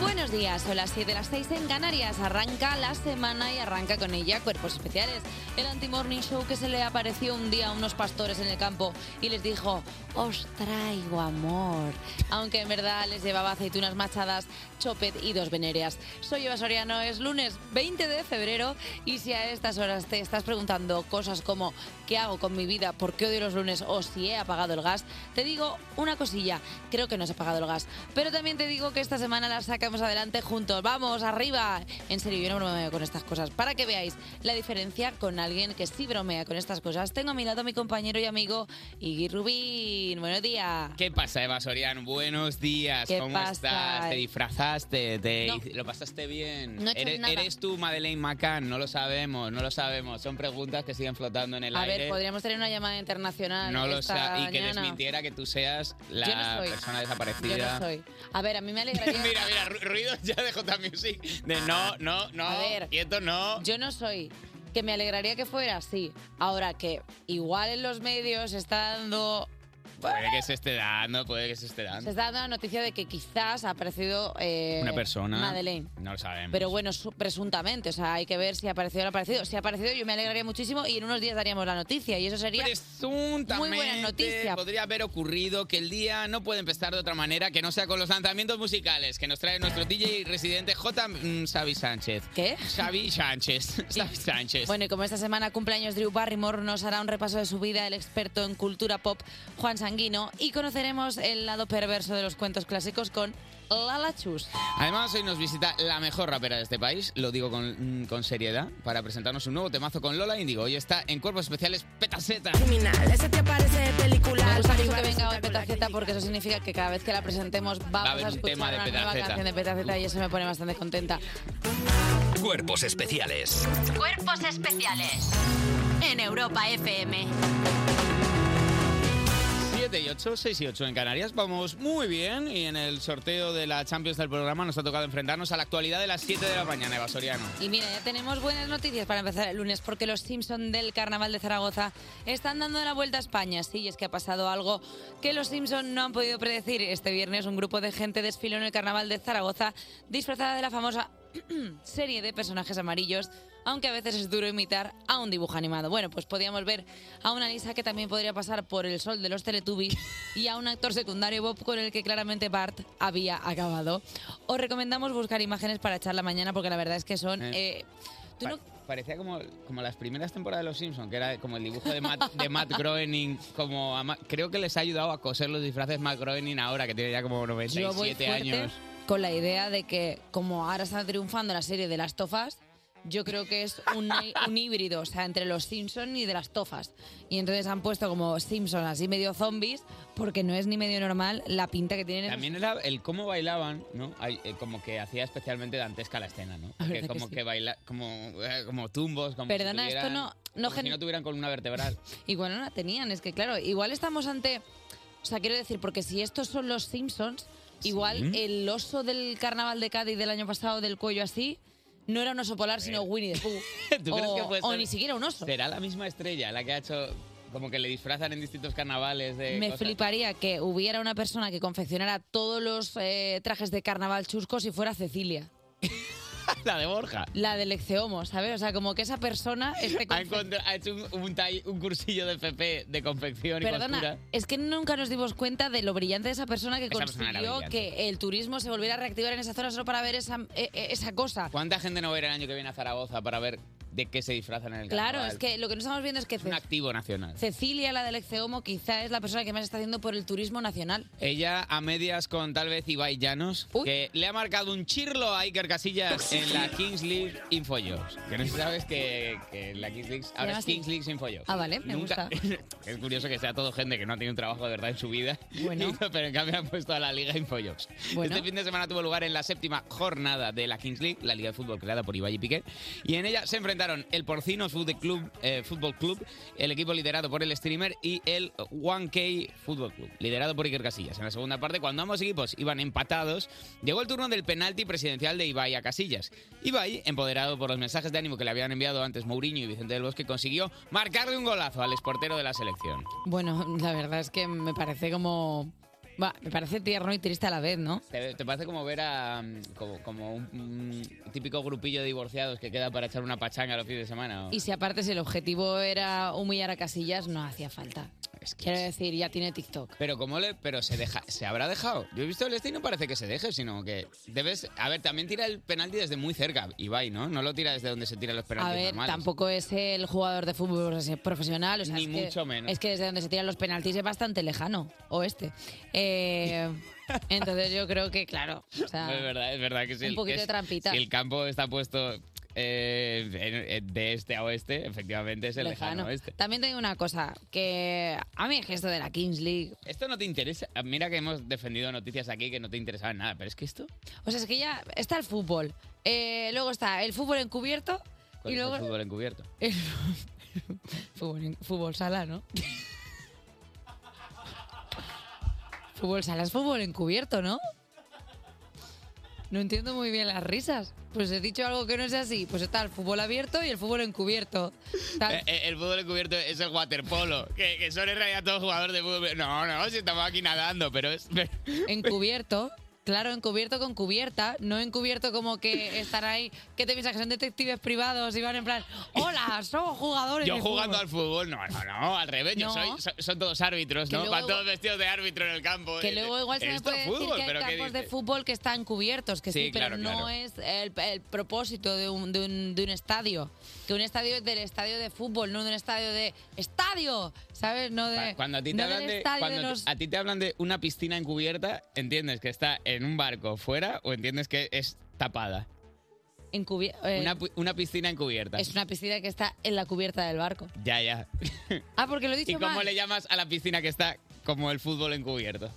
Buenos días, son las 7 de las 6 en Canarias. Arranca la semana y arranca con ella Cuerpos Especiales. El anti-morning show que se le apareció un día a unos pastores en el campo y les dijo, os traigo amor. Aunque en verdad les llevaba aceitunas machadas, chopet y dos venereas. Soy Eva Soriano, es lunes 20 de febrero y si a estas horas te estás preguntando cosas como ¿qué hago con mi vida? ¿Por qué odio los lunes? o si he apagado el gas, te digo una cosilla, creo que no se ha apagado el gas. Pero también te digo que esta semana la sacamos adelante juntos. Vamos, arriba. En serio, yo no bromeo con estas cosas. Para que veáis la diferencia con alguien que sí bromea con estas cosas. Tengo a mi lado a mi compañero y amigo Iggy Rubín. Buenos días. ¿Qué pasa, Eva Soriano? Buenos días, ¿Qué ¿cómo pasa? estás? ¿Te disfrazaste? ¿Te- No. ¿Lo pasaste bien? No he hecho ¿Eres, nada. eres tú Madeleine McCann? No lo sabemos, no lo sabemos. Son preguntas que siguen flotando en el A aire. ver, podríamos tener una llamada internacional. no lo esta sa- Y que mañana. desmintiera que tú seas Yo no la soy. persona Yo desaparecida. no soy. A ver, a mí me alegraría. mira, mira, ru- ruidos ya de J Music. De no, no, no. Ah. A ver. Quieto, no. Yo no soy. Que me alegraría que fuera así. Ahora que igual en los medios se está dando, Puede que se esté dando, puede que se esté se dando. está dando la noticia de que quizás ha aparecido eh, Una persona. Em. Madeleine. No lo sabemos. Pero bueno, su- presuntamente. O sea, hay que ver si ha aparecido o no ha aparecido. Si ha aparecido, yo me alegraría muchísimo y en unos días daríamos la noticia. Y eso sería muy buena Presuntamente noticia. Podría haber ocurrido que el día no puede empezar de otra manera que no sea con los lanzamientos musicales que nos trae nuestro DJ residente J. mm, Xavi Sánchez. ¿Qué? Xavi Sánchez. Xavi Sánchez. Bueno, y como esta semana cumpleaños Drew Barrymore, nos hará un repaso de su vida el experto en cultura pop Juan Sanguino y conoceremos el lado perverso de los cuentos clásicos con Lala Chus. Además, hoy nos visita la mejor rapera de este país, lo digo con, mm, con seriedad, para presentarnos un nuevo temazo con Lola Indigo. Hoy está en Cuerpos Especiales Petaseta. Criminal, ese te parece de película. Me gusta mucho que venga hoy Petaceta porque eso significa que cada vez que la presentemos a vamos haber a, un escuchar tema de una nueva Petaceta. canción de Petaceta y eso me pone bastante contenta. Cuerpos especiales. Cuerpos especiales en Europa FM. 7 y 8, 6 y 8 en Canarias. Vamos muy bien y en el sorteo de la Champions del programa nos ha tocado enfrentarnos a la actualidad de las 7 de la mañana, Eva Soriano. Y mira, ya tenemos buenas noticias para empezar el lunes porque los Simpson del Carnaval de Zaragoza están dando la vuelta a España. Sí, y es que ha pasado algo que los Simpson no han podido predecir. Este viernes un grupo de gente desfiló en el Carnaval de Zaragoza disfrazada de la famosa serie de personajes amarillos, aunque a veces es duro imitar a un dibujo animado. Bueno, pues podíamos ver a una Lisa que también podría pasar por el sol de los Teletubbies y a un actor secundario Bob con el que claramente Bart había acabado. Os recomendamos buscar imágenes para echar la mañana porque la verdad es que son... Eh. eh, tú no- Pa- Parecía como, como las primeras temporadas de Los Simpsons, que era como el dibujo de Matt, de Matt Groening. Como a Ma- creo que les ha ayudado a coser los disfraces Matt Groening ahora, que tiene ya como yo voy 97 fuerte años. con la idea de que como ahora está triunfando la serie de las tofas, yo creo que es un, un híbrido, o sea, entre los Simpson y de las tofas. Y entonces han puesto como Simpson así medio zombies, porque no es ni medio normal la pinta que tienen. esos- También era el cómo bailaban, ¿no? Ay, eh, Como que hacía especialmente dantesca la escena, ¿no? Porque verdad que como sí. que baila, como, eh, como tumbos, como Perdona, si esto tuvieran- no- no como si gen- no tuvieran columna vertebral. Igual no la tenían, es que claro, igual estamos ante... O sea, quiero decir, porque si estos son los Simpsons, igual el oso del carnaval de Cádiz del año pasado, del cuello así, no era un oso polar, sino Winnie the Pooh. Eh. ¿Tú crees o, que puede o ser? ni siquiera un oso. Será la misma estrella la que ha hecho como que le disfrazan en distintos carnavales de Me eh, cosas. fliparía que hubiera una persona que confeccionara todos los eh, trajes de carnaval chuscos si fuera Cecilia, la de Borja. la del Exceomo, ¿sabes? O sea, como que esa persona esté Ha, Este confe- encontrado- ha hecho un, un tai- un cursillo de FP de confección y Perdona, costura. es que nunca nos dimos cuenta de lo brillante de esa persona que Esa persona era consiguió brillante. que el turismo se volviera a reactivar en esa zona solo para ver esa, eh, eh, esa cosa. ¿Cuánta gente no va a ir el año que viene a Zaragoza para ver de qué se disfrazan en el Claro, carnaval? es que lo que no estamos viendo es que Es un Ce- activo nacional. Cecilia, la del Exceomo, quizá es la persona que más está haciendo por el turismo nacional. Ella a medias con tal vez Ibai Llanos, que le ha marcado un chirlo a Iker Casillas en la Kings League Infollos. Que no sé si sabes que, que la Kings League ahora llama es así. Kings League Infollos. Ah, vale, me Nunca- es curioso que sea todo gente que no ha tenido un trabajo de verdad en su vida. Bueno. Pero en cambio han puesto a la Liga Infollos. Bueno. Este fin de semana tuvo lugar en la séptima jornada de la Kings League, la Liga de Fútbol creada por Ibai y Piqué. Y en ella se enfrentaron disputaron el Porcino Fútbol Club, eh, Fútbol Club, el equipo liderado por el streamer, y el 1K Fútbol Club, liderado por Iker Casillas. En la segunda parte, cuando ambos equipos iban empatados, llegó el turno del penalti presidencial de Ibai a Casillas. Ibai, empoderado por los mensajes de ánimo que le habían enviado antes Mourinho y Vicente del Bosque, consiguió marcarle un golazo al exportero de la selección. Bueno, la verdad es que me parece como... Va, me parece tierno y triste a la vez, ¿no? ¿Te, te parece como ver a mm, como, como un, mm, típico grupillo de divorciados que queda para echar una pachanga los fines de semana? o- Y si aparte si el objetivo era humillar a Casillas, no hacía falta. Quiero decir, ya tiene TikTok. Pero cómo le, pero se deja, se habrá dejado. Yo he visto el este y no parece que se deje, sino que debes, a ver, también tira el penalti desde muy cerca, Ibai, ¿no? No lo tira desde donde se tiran los penaltis A ver, normales. tampoco es el jugador de fútbol profe- profesional. o sea, Ni es que- mucho menos. Es que desde donde se tiran los penaltis es bastante lejano, oeste. Eh, entonces yo creo que, claro, o sea, No, es verdad, es verdad que sí. un poquito de trampita. Si el campo está puesto eh, en- en- de este a oeste, efectivamente es el lejano, lejano. oeste. También te digo una cosa, que a mí el gesto de la Kings League... Esto no te interesa. Mira que hemos defendido noticias aquí que no te interesaban nada, pero es que esto. O sea, es que ya está el fútbol. Eh, luego está el fútbol encubierto ¿Cuál y es el luego... fútbol encubierto? Fútbol, en- fútbol sala, ¿no? fútbol sala es fútbol encubierto, ¿no? No entiendo muy bien las risas. Pues he dicho algo que no es así. Pues está el fútbol abierto y el fútbol encubierto. Está- Eh, eh, el fútbol encubierto es el waterpolo, que, que son en realidad todos jugadores de fútbol. No, no, si estamos aquí nadando, pero es. encubierto. Claro, encubierto con cubierta, no encubierto como que están ahí. ¿Qué te piensas? Que son detectives privados y van en plan, hola, somos jugadores. Yo de jugando fútbol". al fútbol, no, no, no, al revés, yo No. soy, so- son todos árbitros, Que ¿no? luego Van todos vestidos de árbitro en el campo. Que Y- luego igual se me esto puede es decir fútbol, que hay pero ¿qué campos de dices? fútbol que están cubiertos, que sí, Sí, pero claro, no claro. es el, el propósito de un, de, un, de un estadio. Que un estadio es del estadio de fútbol, no de un estadio de estadio, ¿sabes? No de, Cuando a ti te no hablan del de, estadio cuando de los... a ti te hablan de una piscina encubierta, ¿entiendes que está en un barco fuera o entiendes que es tapada? encubier- eh, Una, pu- una piscina encubierta. es una piscina que está en la cubierta del barco. Ya, ya. Ah, porque lo he dicho ¿Y cómo mal. le llamas a la piscina que está como el fútbol encubierto?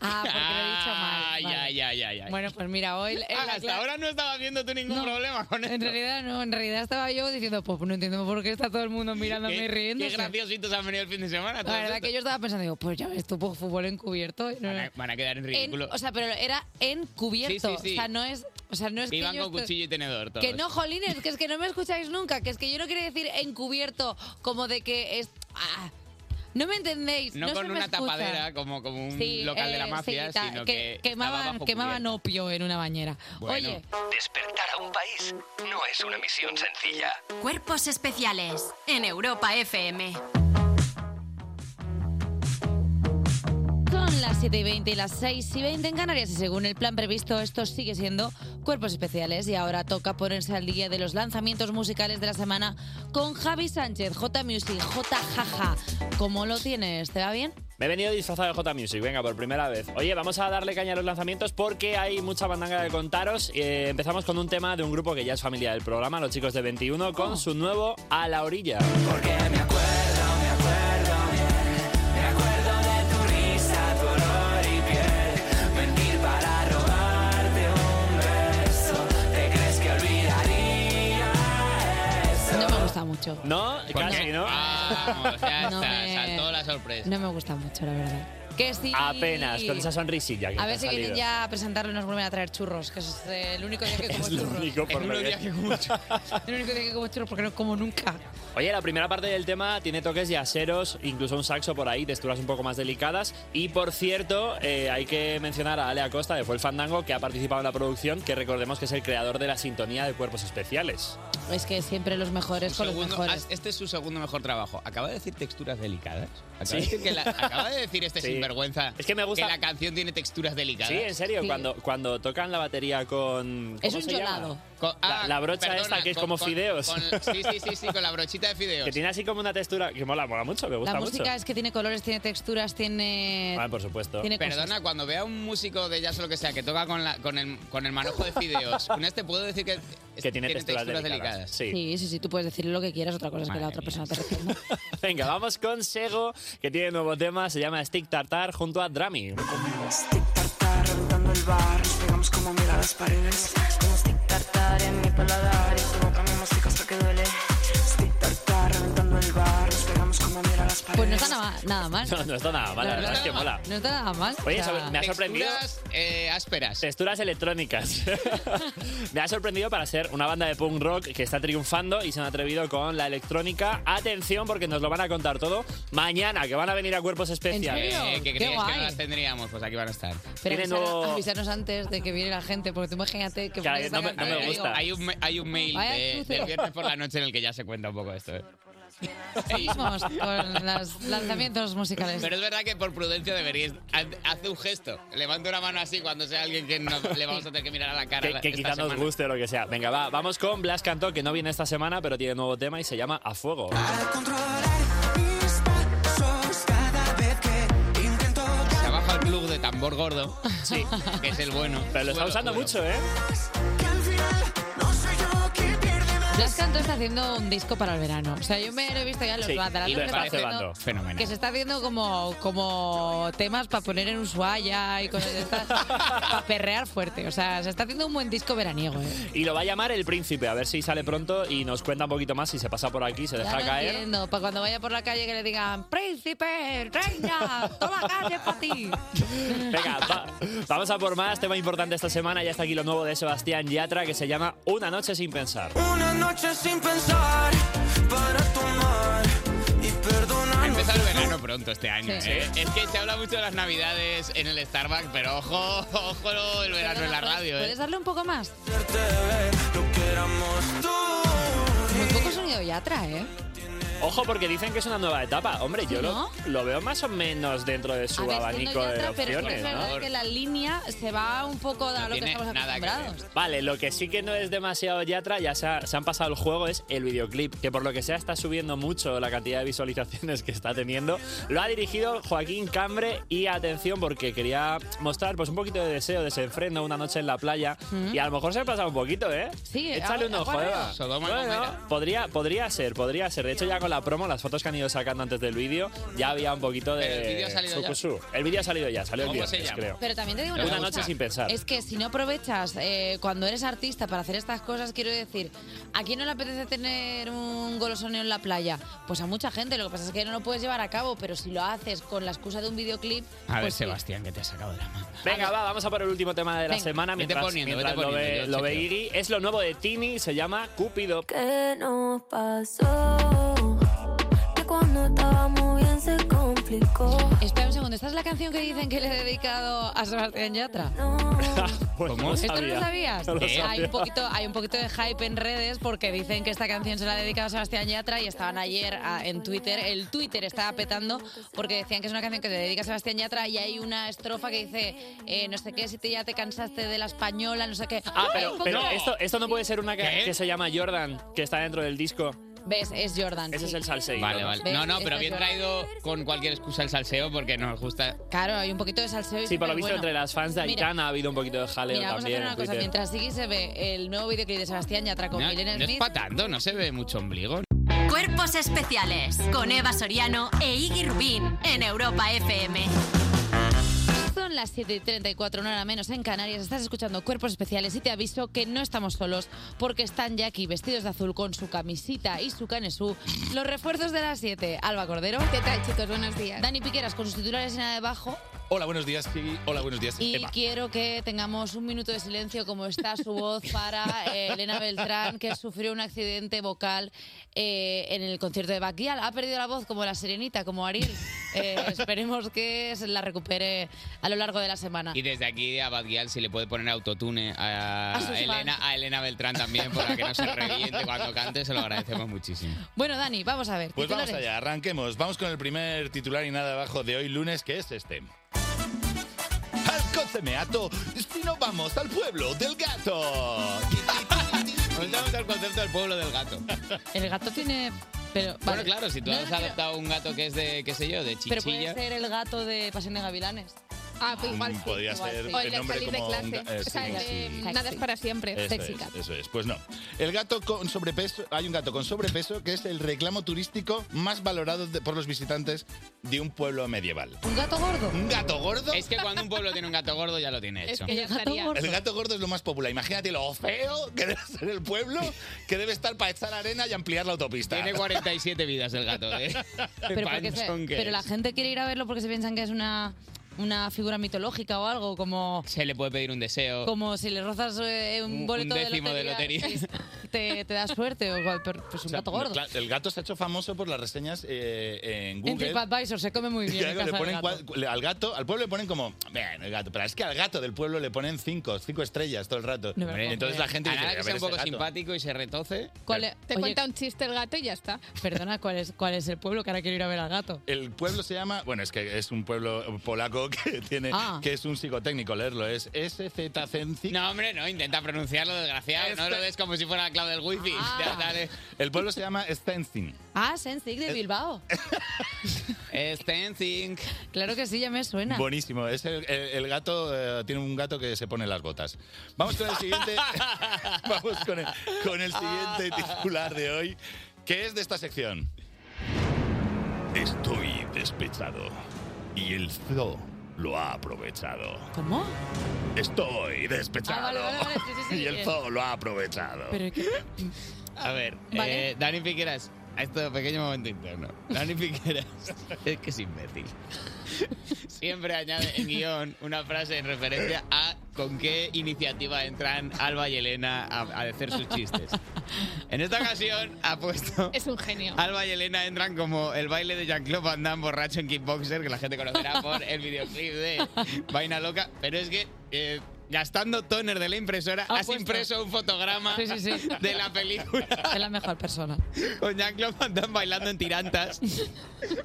Ah, porque lo he dicho mal. Ah, ya, vale. ya, ya, ya. Bueno, pues mira, hoy... en la Ah, hasta clase- ahora no estaba viendo tú ningún problema con esto. En realidad no, en realidad estaba yo diciendo, pues no entiendo por qué está todo el mundo mirándome y Qué- riendo. Qué graciositos han venido el fin de semana. La todos verdad estos. que yo estaba pensando, digo, pues ya ves, tú pues, fútbol encubierto. No, Van no. a, van a quedar en En- ridículo. o sea, pero era Sí, encubierto. sí, sí. O sea, no es, o sea, no es Iban que yo con estu- cuchillo y tenedor todos. Que no, jolines, que es que no me escucháis nunca, que es que yo no quería decir encubierto como de que es... ah, no me entendéis. No No, con se me una escucha. tapadera como, como un Sí, local de eh, la mafia, sí, ta- sino que- que, quemaban, estaba bajo quemaban cubierta. opio en una bañera. Bueno. Oye, Despertar a un país no es una misión sencilla. Cuerpos especiales en Europa FM. son las 7 y 20 y las 6 y 20 en Canarias y según el plan previsto esto sigue siendo cuerpos especiales y ahora toca ponerse al día de los lanzamientos musicales de la semana con Javi Sánchez, J Music, J Jaja. ¿Cómo lo tienes? ¿Te va bien? Me he venido disfrazado de J Music, venga, por primera vez. Oye, vamos a darle caña a los lanzamientos porque hay mucha bandanga de contaros. Eh, empezamos con un tema de un grupo que ya es familia del programa, los chicos de 21, con su nuevo A la orilla. risa, tu olor y piel. Mentir para robarte un beso. ¿Te crees que olvidaría eso? No me gusta mucho. No, casi, ¿no? Ah. Vamos, ya No está, me- saltó la sorpresa. No me gusta mucho, la verdad. Que sí. Apenas, con esa sonrisilla que A te ver ha si vienen salido. ya a presentarlo y nos vuelven a traer churros, que es eh, el único día que como Es lo churros. único por lo que- El único día que como churros porque no como nunca. Oye, la primera parte del tema tiene toques de aceros, incluso un saxo por ahí, texturas un poco más delicadas. Y por cierto, eh, hay que mencionar a Ale Acosta de Fue el Fandango, que ha participado en la producción, que recordemos que es el creador de la sintonía de cuerpos especiales. Es que siempre los mejores con los Segundo- mejores. ah, este es su segundo mejor trabajo. Acaba de decir texturas delicadas. Acaba, Sí. de, decir que la- acaba de decir este Sí. sinvergüenza Es que me gusta- que la canción tiene texturas delicadas. Sí, en serio, Sí. cuando, cuando tocan la batería con. Es ¿cómo un se llama? yolado. Con- ah, La- la brocha esta que es como fideos. con- sí, sí, sí, sí, con la brochita de fideos. Que tiene así como una textura que mola, mola mucho, me gusta La música mucho. es que tiene colores, tiene texturas, tiene. Ah, por supuesto. tiene cosas. Perdona, cuando vea un músico de jazz o lo que sea que toca con, la- con, el, con el manojo de fideos, con este puedo decir que, Que tiene, texturas, delicadas. Sí. Sí, sí, sí, tú puedes decir lo que quieras, otra cosa es que la Madre otra mía. persona te responda. Venga, vamos con Sego, que tiene nuevo tema, se llama Stick Tartar junto a Drami. Pues Stick tartar, reventando el bar, nos pegamos como mira las paredes. Como stick tartar en mi paladar y tu boca me mastica hasta que que duele. Stick tac tac, reventando el bar. Nos pegamos como mierda a las paredes. Pues no está nada, nada mal. No, no está nada mal, Ah, la No, verdad no es que está mola. nada- No está nada mal. Oye, o sea, sobre- me ha sorprendido. Texturas, eh, ásperas. Texturas electrónicas. me ha sorprendido para ser una banda de punk rock que está triunfando y se han atrevido con la electrónica. Atención, porque nos lo van a contar todo mañana, que van a venir a cuerpos especiales. serio? Eh, Qué que creías que guay. no las tendríamos, pues aquí van a estar. Pero Tiene avisar- nuevo- avisaros antes de que viene la gente, porque tú imagínate que Claro, pones no me- esa no me canción y Hay- digo, gusta. Hay un, hay un mail Vaya de- sucio. del viernes por la noche en el que ya se cuenta un poco esto. eh. Mismos con los lanzamientos musicales. Pero es verdad que por prudencia deberíais. haz- Hace un gesto. Levanta una mano así cuando sea alguien que no- le vamos a tener que mirar a la cara. Que, la- que esta quizá nos semana. guste o lo que sea. Venga, va, vamos con Blas Cantó, que no viene esta semana, pero tiene nuevo tema y se llama A Fuego. Para controlar mis pasos cada vez que intento Se ha bajado el plug de tambor gordo, Sí. que es el bueno. Pero lo está Suelo, usando suelo. mucho, ¿eh? que al final no soy yo quien pierde más. Blas Canto está haciendo un disco para el verano. O sea, yo me lo he visto ya en los Sí, bazarazos y lo que está haciendo- cebando. Fenomenal. Que se está haciendo como, como temas para poner en Ushuaia y cosas de estas. para perrear fuerte. O sea, se está haciendo un buen disco veraniego. ¿eh? Y lo va a llamar El Príncipe, a ver si sale pronto y nos cuenta un poquito más si se pasa por aquí, se Ya deja lo caer. entiendo. Para cuando vaya por la calle que le digan, príncipe, reina, toma calle para ti. Venga, va- vamos a por más. Tema importante esta semana. Ya está aquí lo nuevo de Sebastián Yatra que se llama Una noche sin pensar. Una noche sin pensar para tomar y Ha perdonar. empezado el verano pronto este año. Sí. ¿eh? Es que se habla mucho de las navidades en el Starbucks, pero ojo, ojo el verano en la radio. ¿eh? ¿Puedes darle un poco más? Hacerte ver lo que éramos tú. Muy poco sonido ya trae, ¿eh? Ojo, porque dicen que es una nueva etapa. Hombre, yo lo, ¿No? lo veo más o menos dentro de su A ver, siendo abanico ya de otra, pero sí que opciones, es verdad ¿no? que la línea se va un poco a No lo que tiene estamos nada que acostumbrados. Vale, lo que sí que no es demasiado Yatra, ya se, ha- se han pasado el juego, es el videoclip, que por lo que sea está subiendo mucho la cantidad de visualizaciones que está teniendo. Lo ha dirigido Joaquín Cambre y atención porque quería mostrar pues un poquito de deseo, desenfreno, una noche en la playa y a lo mejor se ha pasado un poquito, ¿eh? Sí, échale a- un a ojo, Juan Eva. Ríos. Sodoma y Gomorra. podría, podría ser, podría ser. De hecho ya con la promo, las fotos que han ido sacando antes del vídeo, ya había un poquito de... Pero el vídeo ha salido ya. sucusú. El vídeo ha salido ya, salió el ¿Cómo se viernes, llama? creo. Pero también te digo una, Una cosa, noche sin pensar. Es que si no aprovechas eh, cuando eres artista para hacer estas cosas, quiero decir, ¿a quién no le apetece tener un golosoneo en la playa? Pues a mucha gente, lo que pasa es que no lo puedes llevar a cabo, pero si lo haces con la excusa de un videoclip... A Ah. ver, pues sí. Sebastián, que te has sacado de la mano. Venga, va, vamos a por el último tema de la Venga. semana. Vete Mientras, poniendo, mientras vete lo ve, poniendo, yo lo ve chequeo. Iggy. Es lo nuevo de Tini, se llama Cúpido. que nos pasó. Que cuando estábamos bien se complicó. Espera un segundo, ¿esta es la canción que dicen que le he dedicado a Sebastián Yatra? No, Pues ¿Cómo? lo ¿Esto no lo sabías? No lo Eh, Hay, sabía. un poquito, hay un poquito de hype en redes porque dicen que esta canción se la ha dedicado a Sebastián Yatra y estaban ayer ah, en Twitter. El Twitter estaba petando porque decían que es una canción que se dedica a Sebastián Yatra y hay una estrofa que dice eh, no sé qué, si te, ya te cansaste de la española, no sé qué. Ah, Hay pero, un poco- pero esto, esto no puede ser una que, ¿Qué? que se llama Jordan, que está dentro del disco. ¿Ves? Es Jordan. Ese sí. es el salseo. Vale, vale. ¿Ves? No, no, pero Esto bien es traído con cualquier excusa el salseo porque nos gusta. Claro, hay un poquito de salseo. y Sí, por lo súper visto bueno. entre las fans de Mira, Aitana ha habido un poquito de jaleo Mira, vamos a hacer también. una en cosa. Twitter. Mientras sigue se ve el nuevo videoclip de Sebastián Yatra con No, Milena no es Smith. para tanto, no se ve mucho ombligo. Cuerpos especiales con Eva Soriano e Iggy Rubín en Europa FM. Son las 7 y 34, una hora menos en Canarias. Estás escuchando Cuerpos Especiales y te aviso que no estamos solos porque están ya aquí vestidos de azul con su camisita y su canesú. Los refuerzos de las 7. Alba Cordero. ¿Qué tal, chicos? Buenos días. Dani Piqueras con sus titulares y nada debajo. Hola, buenos días, Piggy. Hola, buenos días, Y Eva. quiero que tengamos un minuto de silencio como está su voz para eh, Elena Beltrán, que sufrió un accidente vocal eh, en el concierto de Baquial. Ha perdido la voz como la sirenita, como Ariel. Eh, esperemos que se la recupere a lo largo de la semana. Y desde aquí a Bad Gyal si le puede poner autotune a, A sus Elena, fans. a Elena Beltrán también para que no se reviente cuando cante, se lo agradecemos muchísimo. Bueno, Dani, vamos a ver. Pues vamos titulares. allá, arranquemos. Vamos con el primer titular y nada abajo de hoy lunes, que es este. Al cocemeato, si no vamos al pueblo del gato. Pues Volvemos al concepto del pueblo del gato. El gato tiene. Pero, Bueno, vale. claro, si tú No, has no, pero- adoptado un gato que es de, qué sé yo, de Pero puede chichilla. ser el gato de Pasión de Gavilanes. Ah, pues igual Mm, sí. podría igual ser sí. el O el de nombre salir de como clase. un ga- eh, o sea, sí, el de sí. nada es para siempre. Eso sexy es, cat. eso es. Pues no. El gato con sobrepeso, hay un gato con sobrepeso que es el reclamo turístico más valorado de- por los visitantes de un pueblo medieval. ¿Un gato gordo? ¿Un gato gordo? Es que cuando un pueblo tiene un gato gordo ya lo tiene hecho. El gato gordo es lo más popular. Imagínate lo feo que debe ser el pueblo que debe estar para echar arena y ampliar la autopista. Tiene 47 vidas el gato, ¿eh? Pero, porque se- Panchón que pero la es. gente quiere ir a verlo porque se piensan que es una, una figura mitológica o algo, como, Se le puede pedir un deseo. como si le rozas eh, un Un- boleto un décimo de lotería. sí, Te, te da suerte, o igual, pero, pues un gato gordo. Claro, El gato se ha hecho famoso por las reseñas eh, en En Google. TripAdvisor se come muy Y bien. en luego le casa del ponen gato. cua- le- al gato, al pueblo le ponen como, "Bien, el gato, pero es que al gato del pueblo le ponen cinco, cinco estrellas todo el rato. No me lo puedo Entonces creer. la gente A dice, nada que sea un ese poco gato". simpático y se retoce. ¿Cuál es- Te oye, cuenta un chiste el gato y ya está. Perdona, ¿cuál es, ¿cuál es el pueblo que ahora quiero ir a ver al gato? El pueblo se llama, bueno, es que es un pueblo polaco que tiene, Ah. que es un psicotécnico, leerlo, es SZCENCI. No, hombre, no, intenta pronunciarlo, desgraciado. No lo des como si fuera la clave del wifi. Ah. Ya, dale. El pueblo se llama Stenzin. Ah, Sensig de Bilbao. Stenzing. eh, Claro que sí, ya me suena. Buenísimo. Es el, el- el gato, eh, tiene un gato que se pone las botas. Vamos con el siguiente, vamos con el, con el siguiente titular de hoy, que es de esta sección. Estoy despechado y el zoo lo ha aprovechado. ¿Cómo? Estoy despechado Ah, vale, vale, vale, sí, sí, sí, Pues y el bien. zoo lo ha aprovechado. A ver, Vale. eh, Dani Piqueras. A este pequeño momento interno. Dani Piqueras es que es imbécil. Siempre añade en guión una frase en referencia a con qué iniciativa entran Alba y Elena a, a hacer sus chistes. En esta ocasión ha puesto Es un genio. Alba y Elena entran como el baile de Jean-Claude Van Damme borracho en Kickboxer, que la gente conocerá por el videoclip de Vaina Loca. Pero es que eh, gastando toner de la impresora, Ha has puesto. impreso un fotograma Pues Sí, sí, sí. de la película Es la mejor persona. con Jean-Claude Van Damme bailando en tirantas.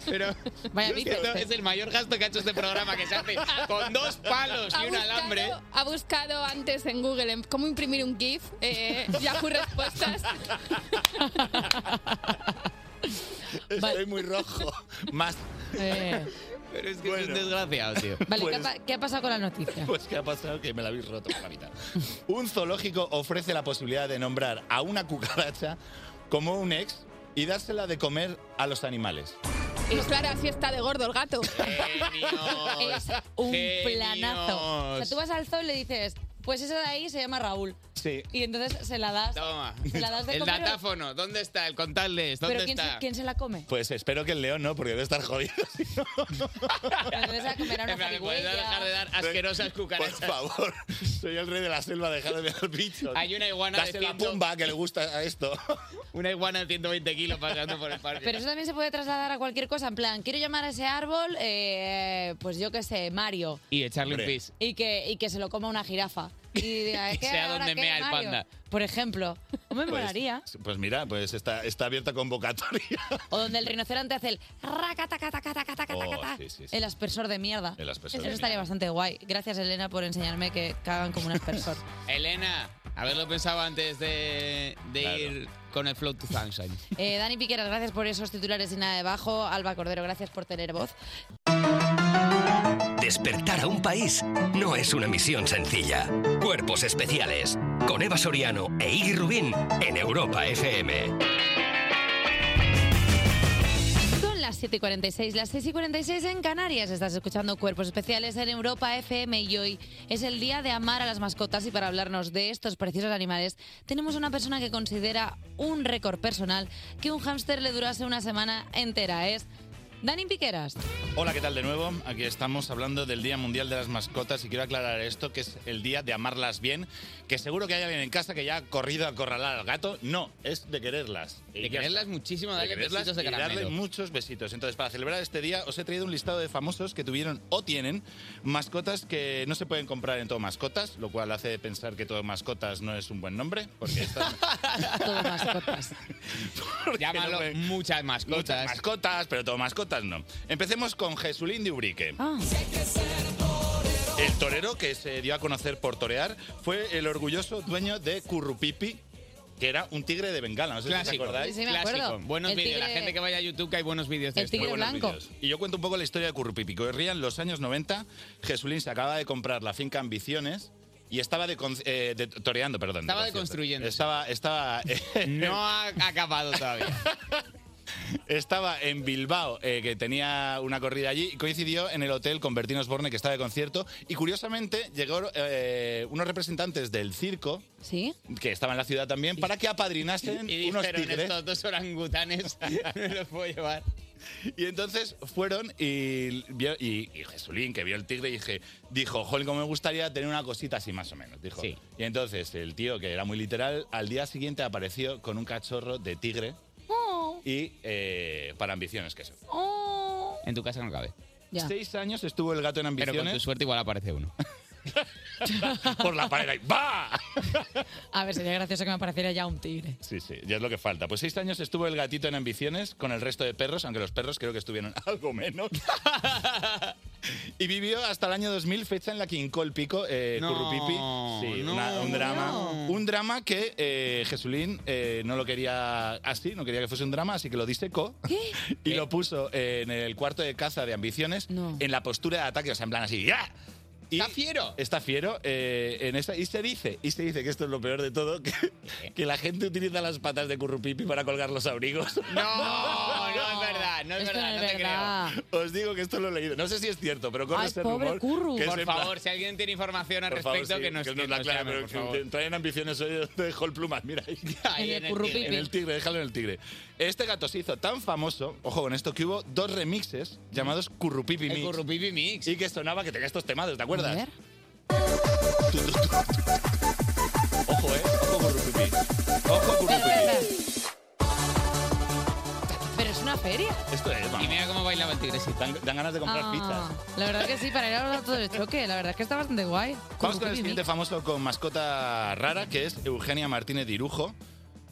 Pero Vaya yo vicio siento, este. es el mayor gasto que ha hecho este programa, que se hace con dos palos Ha y un buscado- alambre. Ha buscado antes en Google en cómo imprimir un GIF, eh, Yahoo Respuestas. Estoy muy rojo. Más. Pero es que es un desgraciado, tío. Eh. Vale, ¿qué, ha, pa- qué ha pasado con la noticia? Pues qué ha pasado que me la habéis roto por la mitad. Un zoológico ofrece la posibilidad de nombrar a una cucaracha como un ex y dársela de comer a los animales. Y claro, así está de gordo el gato. Eh. Es un Genios. planazo. O sea, tú vas al zoo y le dices, pues esa de ahí se llama Raúl. Sí. Y entonces se la das. Toma. Se la das de el comer o- datáfono, ¿dónde está? El contarles, ¿dónde Pero ¿quién está? se, quién se la come? Pues espero que el león no, porque debe estar jodido. Entonces a comer a una En plan, ¿puedes zarigüeya. dejar de dar asquerosas cucarachas? Por favor, soy el rey de la selva, dejadme ver al bicho. Hay una iguana de Dásela a ciento- Pumba, que le gusta a esto. Una iguana de 120 kilos paseando por el parque. Pero eso también se puede trasladar a cualquier cosa. En plan, quiero llamar a ese árbol, eh, pues yo qué sé, Mario. Y echarle un pis. Y que, y que se lo coma una jirafa. Y, diga, Y ¿qué, sea ahora donde qué, mea el Mario? panda. Por ejemplo. No me molaría. Pues mira, pues está, está abierta convocatoria. O donde el rinoceronte hace el racatacatacatacatacata. Oh, sí, sí, sí. El aspersor de mierda. El aspersor Eso de estaría mierda. bastante guay. Gracias, Elena, por enseñarme que cagan como un aspersor. Elena, haberlo pensado antes de, de ir con el Flow to Sunshine. Eh, Dani Piqueras, gracias por esos titulares y nada debajo. Alba Cordero, gracias por tener voz. Despertar a un país no es una misión sencilla. Cuerpos especiales con Eva Soriano e Iggy Rubín en Europa FM. Son las 7 y 46, las 6 y 46 en Canarias. Estás escuchando Cuerpos Especiales en Europa FM y hoy es el día de amar a las mascotas y para hablarnos de estos preciosos animales tenemos una persona que considera un récord personal que un hámster le durase una semana entera. Es Dani Piqueras. Hola, ¿qué tal de nuevo? Aquí estamos hablando del Día Mundial de las Mascotas y quiero aclarar esto, que es el día de amarlas bien, que seguro que hay alguien en casa que ya ha corrido a acorralar al gato. No, es de quererlas. Y De ya quererlas está. muchísimo, De darle quererlas besitos de y darle caramelo. muchos besitos. Entonces, para celebrar este día, os he traído un listado de famosos que tuvieron o tienen mascotas que no se pueden comprar en todo mascotas, lo cual hace pensar que todo mascotas no es un buen nombre, porque estas Todo mascotas. Llámalo muchas mascotas. Muchas mascotas, pero todo mascotas no. Empecemos con Jesulín de Ubrique. El torero que se dio a conocer por torear fue el orgulloso dueño de Currupipi, que era un tigre de bengala. No sé si Clásico, os acordáis. Sí, sí, me acuerdo. Clásico. Buenos El vídeos. La tigre- gente que vaya a YouTube que hay buenos vídeos de El esto. tigre Muy buenos blanco. vídeos. Y yo cuento un poco la historia de Currupipico. Corría en los años 90, Jesulín se acaba de comprar la finca Ambiciones y estaba de, con- eh, de- toreando, perdón. Estaba concierto. deconstruyéndose. Estaba, estaba, eh, No ha acabado todavía. estaba en Bilbao, eh, que tenía una corrida allí, y coincidió en el hotel con Bertín Osborne, que estaba de concierto, y curiosamente llegó eh, unos representantes del circo, que estaba en la ciudad también, para que apadrinasen Y unos dijeron, tigres. estos dos orangutanes me los puedo llevar. Y entonces fueron y, vio- y, y Jesulín, que vio el tigre, y dije, dijo, jolín, como me gustaría tener una cosita así más o menos. Dijo. Y entonces el tío, que era muy literal, al día siguiente apareció con un cachorro de tigre y eh, para ambiciones, que eso. oh. En tu casa no cabe. Seis años estuvo el gato en ambiciones. Pero con tu suerte igual aparece uno. Por la pared ahí, ¡va! A ver, sería gracioso que me apareciera ya un tigre. Sí, sí, ya es lo que falta. Pues seis años estuvo el gatito en ambiciones con el resto de perros, aunque los perros creo que estuvieron algo menos. y vivió hasta el año 2000, fecha en la que hincó el pico eh, No, Currupipi. Sí, una- un drama. Un drama que eh, Jesulín eh, no lo quería así, no quería que fuese un drama, así que lo disecó y lo puso en el cuarto de caza de ambiciones en la postura de ataque, o sea, en plan así, ¡ya! está fiero. Está fiero. eh, en esa, y se dice, y se dice que esto es lo peor de todo, que, que la gente utiliza las patas de currupipi para colgar los abrigos. No, no es verdad, no es Esto verdad, Ah, no no, es te verdad. creo. Os digo que esto lo he leído. No sé si es cierto, pero corre este rumor. que es Por en plan- favor, si alguien tiene información al por favor, respecto, sí, que nos, que la nos aclare, llame, pero por que favor. te- traen ambiciones hoy te dejó el plumas, mira. ahí. Ahí En el en el currupipi. tigre. En el tigre, déjalo en el tigre. Este gato se hizo tan famoso, ojo con esto, que hubo dos remixes llamados Mm. Currupipi El Mix. Currupipi Mix. Y que sonaba que tenía estos temados, ¿te acuerdas? Ojo, eh. Ojo Currupipi. Ojo Currupipi. Pero es una feria. Esto es, Y vamos. mira cómo bailaba el tigrecito. Dan, dan ganas de comprar Ah, pizzas. La verdad que sí, para ir a los datos del choque, la verdad es que está bastante guay. Vamos con Currupipi el siguiente famoso con mascota rara, que es Eugenia Martínez Dirujo,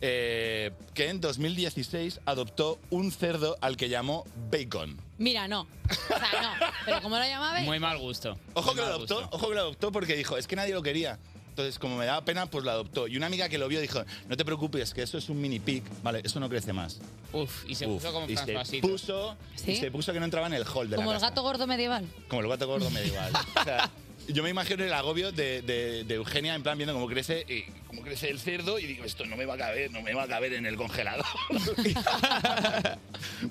eh, que en 2016 adoptó un cerdo al que llamó Bacon. Mira, no. O sea, no. Pero como lo llamabais, mal gusto. Ojo que lo adoptó, ojo que lo adoptó porque dijo, es que nadie lo quería. Entonces, como me daba pena, pues lo adoptó. Y una amiga que lo vio dijo, no te preocupes, que eso es un mini pig, ¿vale? Eso no crece más. Uf, y se Uf, puso como y Franz se Basito. puso, y ¿Sí? se puso que no entraba en el hall de la como el casa. gato gordo medieval. Como el gato gordo medieval. O sea, yo me imagino el agobio de, de- de Eugenia en plan viendo cómo crece, y cómo crece el cerdo y digo, esto no me va a caber, no me va a caber en el congelador.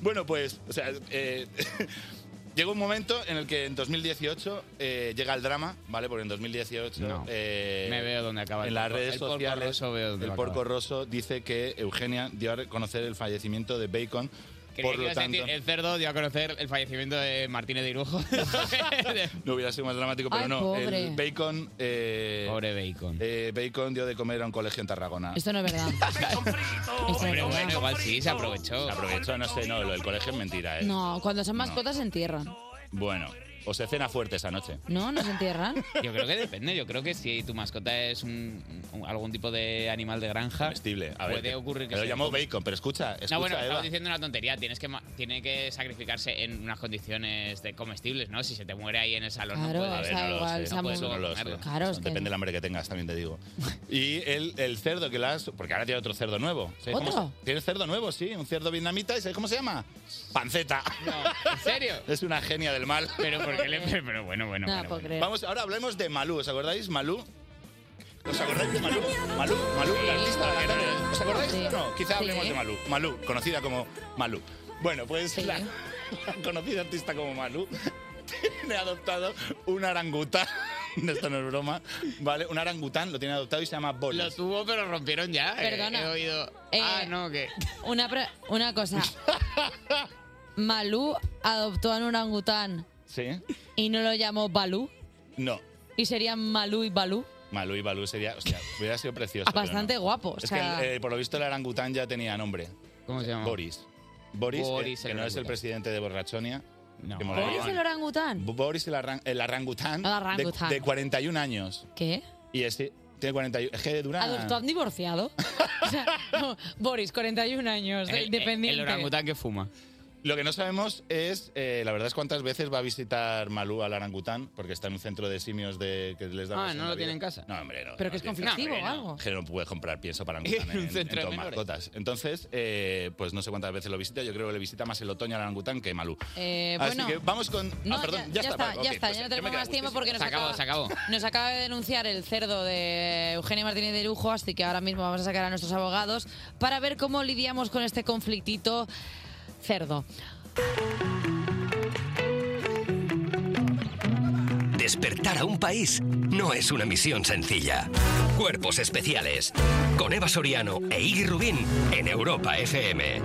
bueno, pues, o sea, eh, llegó un momento en el que en 2018 eh, llega el drama, ¿vale? Porque en 2018... No. eh, Me veo donde acaba el En las porco- redes el porco sociales, roso veo dónde el va a porco acabar. roso dice que Eugenia dio a conocer el fallecimiento de Bacon. Creía Por que lo ibas a tanto, decir, el cerdo dio a conocer el fallecimiento de Martínez de Irujo. no hubiera sido más dramático, pero Ay, no. pobre. El bacon. eh, eh, bacon dio de comer a un colegio en Tarragona. Esto no es verdad. Esto no es Pero verdad. bueno, igual sí, se aprovechó. Se aprovechó, no sé, no, lo del colegio es mentira, ¿eh? No, cuando son No. mascotas se entierran. Bueno, o se cena fuerte esa noche. No, no se entierran. Yo creo que depende. Yo creo que si tu mascota es un, un- algún tipo de animal de granja, A ver, puede ocurrir que pero se- lo llamó bacon, pero escucha, escucha, no, bueno, Eva. estamos diciendo una tontería. Tienes que, ma- tiene que sacrificarse en unas condiciones de comestibles, ¿no? Si se te muere ahí en el salón, Claro, no o puedes, sea, no lo igual sé, se no ha puedes muerto. luego No lo sé. comerlo. Claro, es que Depende del hambre que tengas, también te digo. Y el, el cerdo que las. Porque ahora tiene otro cerdo nuevo. ¿Sabéis cómo ¿Otro? se- Tiene cerdo nuevo, sí. Un cerdo vietnamita. ¿Y sabéis cómo se llama? Panceta. ¿En serio? Es una genia del mal. Pero, ¿por qué le- pero bueno, bueno. Bueno, bueno, bueno, bueno. bueno. Vamos, ahora hablemos de Malú. ¿Os acordáis? Malú. ¿Os acordáis de Malú? Malú, Malú, la artista, la cantante. ¿Os acordáis? Sí. No, quizá hablemos Sí. de Malú. Malú, conocida como Malú. Bueno, pues la, la conocida artista como Malú tiene adoptado un orangután. Esto no es broma, ¿vale? Un orangután lo tiene adoptado y se llama Boris. Lo tuvo, pero rompieron ya. eh, Perdona. he oído. Eh, ah, no, que. Una, pre- una cosa. Malú adoptó a un orangután ¿Sí? y no lo llamó Balú. No. Y serían Malú y Balú. Malú y Balú sería, hostia, hubiera sido precioso. Ah, pero no. Bastante guapo. Pues, O Es sea, que eh, por lo visto el orangután ya tenía nombre. ¿Cómo se llama? Boris. Boris, Boris eh, que el no es el orangután. presidente de Borrachonia. No. ¿Boris el orangután? Boris el, arran- el orangután, El de- orangután. De, 41 años. ¿Qué? Y este tiene 41. Es que dura. ¿Adoptó a un divorciado? O sea, no, Boris, 41 años, El- eh, independiente. El orangután que fuma. Lo que no sabemos es, eh, la verdad es cuántas veces va a visitar Malú al orangután, porque está en un centro de simios de, que les da Ah, ¿no lo tiene en casa? No, hombre, no. Pero no que es tiene- conflictivo no, hombre, o no. algo. Que no puedes comprar pienso para orangután En un en, en centro de todas menores. mascotas. Entonces, eh, pues no sé cuántas veces lo visita. Yo creo que le visita más el otoño al orangután que Malú. Eh, Así bueno. que vamos con... No, ah, perdón, ya, ya está. está, vale, ya ok, está, pues ya me no tenemos queda más tiempo gustísimo. porque nos acaba- Nos acaba de denunciar el cerdo de Eugenia Martínez de Lujo, así que ahora mismo vamos a sacar a nuestros abogados para ver cómo lidiamos con este conflictito cerdo. Despertar a un país no es una misión sencilla. Cuerpos especiales. Con Eva Soriano e Iggy Rubín en Europa FM.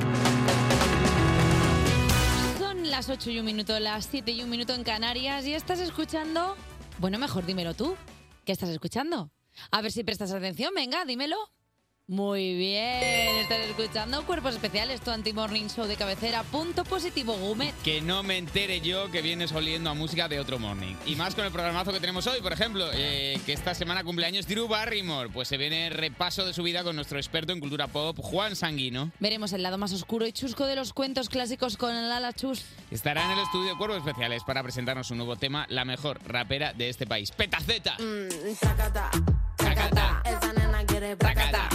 Son las 8 y un minuto, las 7 y un minuto en Canarias y estás escuchando... Bueno, mejor dímelo tú. ¿Qué estás escuchando? A ver si prestas atención, venga, dímelo. Muy bien, estás escuchando Cuerpos Especiales, tu anti-morning show de cabecera, punto positivo Gumet. Que no me entere yo que vienes oliendo a música de otro morning. Y más con el programazo que tenemos hoy, por ejemplo, eh, que esta semana cumpleaños Drew Barrymore. Pues se viene el repaso de su vida con nuestro experto en cultura pop, Juan Sanguino. Veremos el lado más oscuro y chusco de los cuentos clásicos con Lala Chus. Estará en el estudio de Cuervos Especiales para presentarnos un nuevo tema, la mejor rapera de este país, Petaceta. Esa nena quiere placata.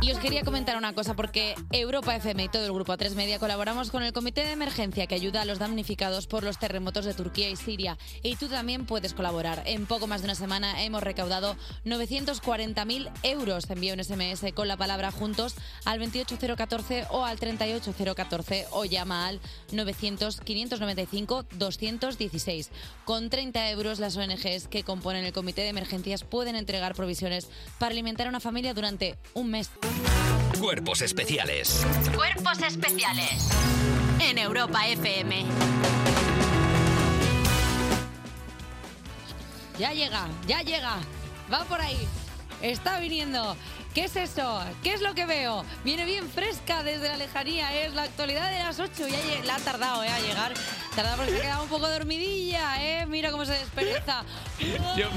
Y os quería comentar una cosa porque Europa FM y todo el grupo A3 Media colaboramos con el Comité de Emergencia que ayuda a los damnificados por los terremotos de Turquía y Siria. Y tú también puedes colaborar. En poco más de una semana hemos recaudado 940.000 euros. Envía un SMS con la palabra juntos al 28014 o al 38014 o llama al 900 595 216. Con 30 euros las ONGs que componen el Comité de Emergencias pueden entregar provisiones para alimentar a una familia durante un mes. Cuerpos especiales. Cuerpos especiales en Europa FM. Ya llega, ya llega. Va por ahí. Está viniendo. ¿Qué es eso? ¿Qué es lo que veo? Viene bien fresca desde la lejanía. ¿eh? Es la actualidad de las 8. Ya lle- la ha tardado eh, a llegar. Tardado porque se ha quedado un poco dormidilla. ¿eh? Mira cómo se despereza. Yo-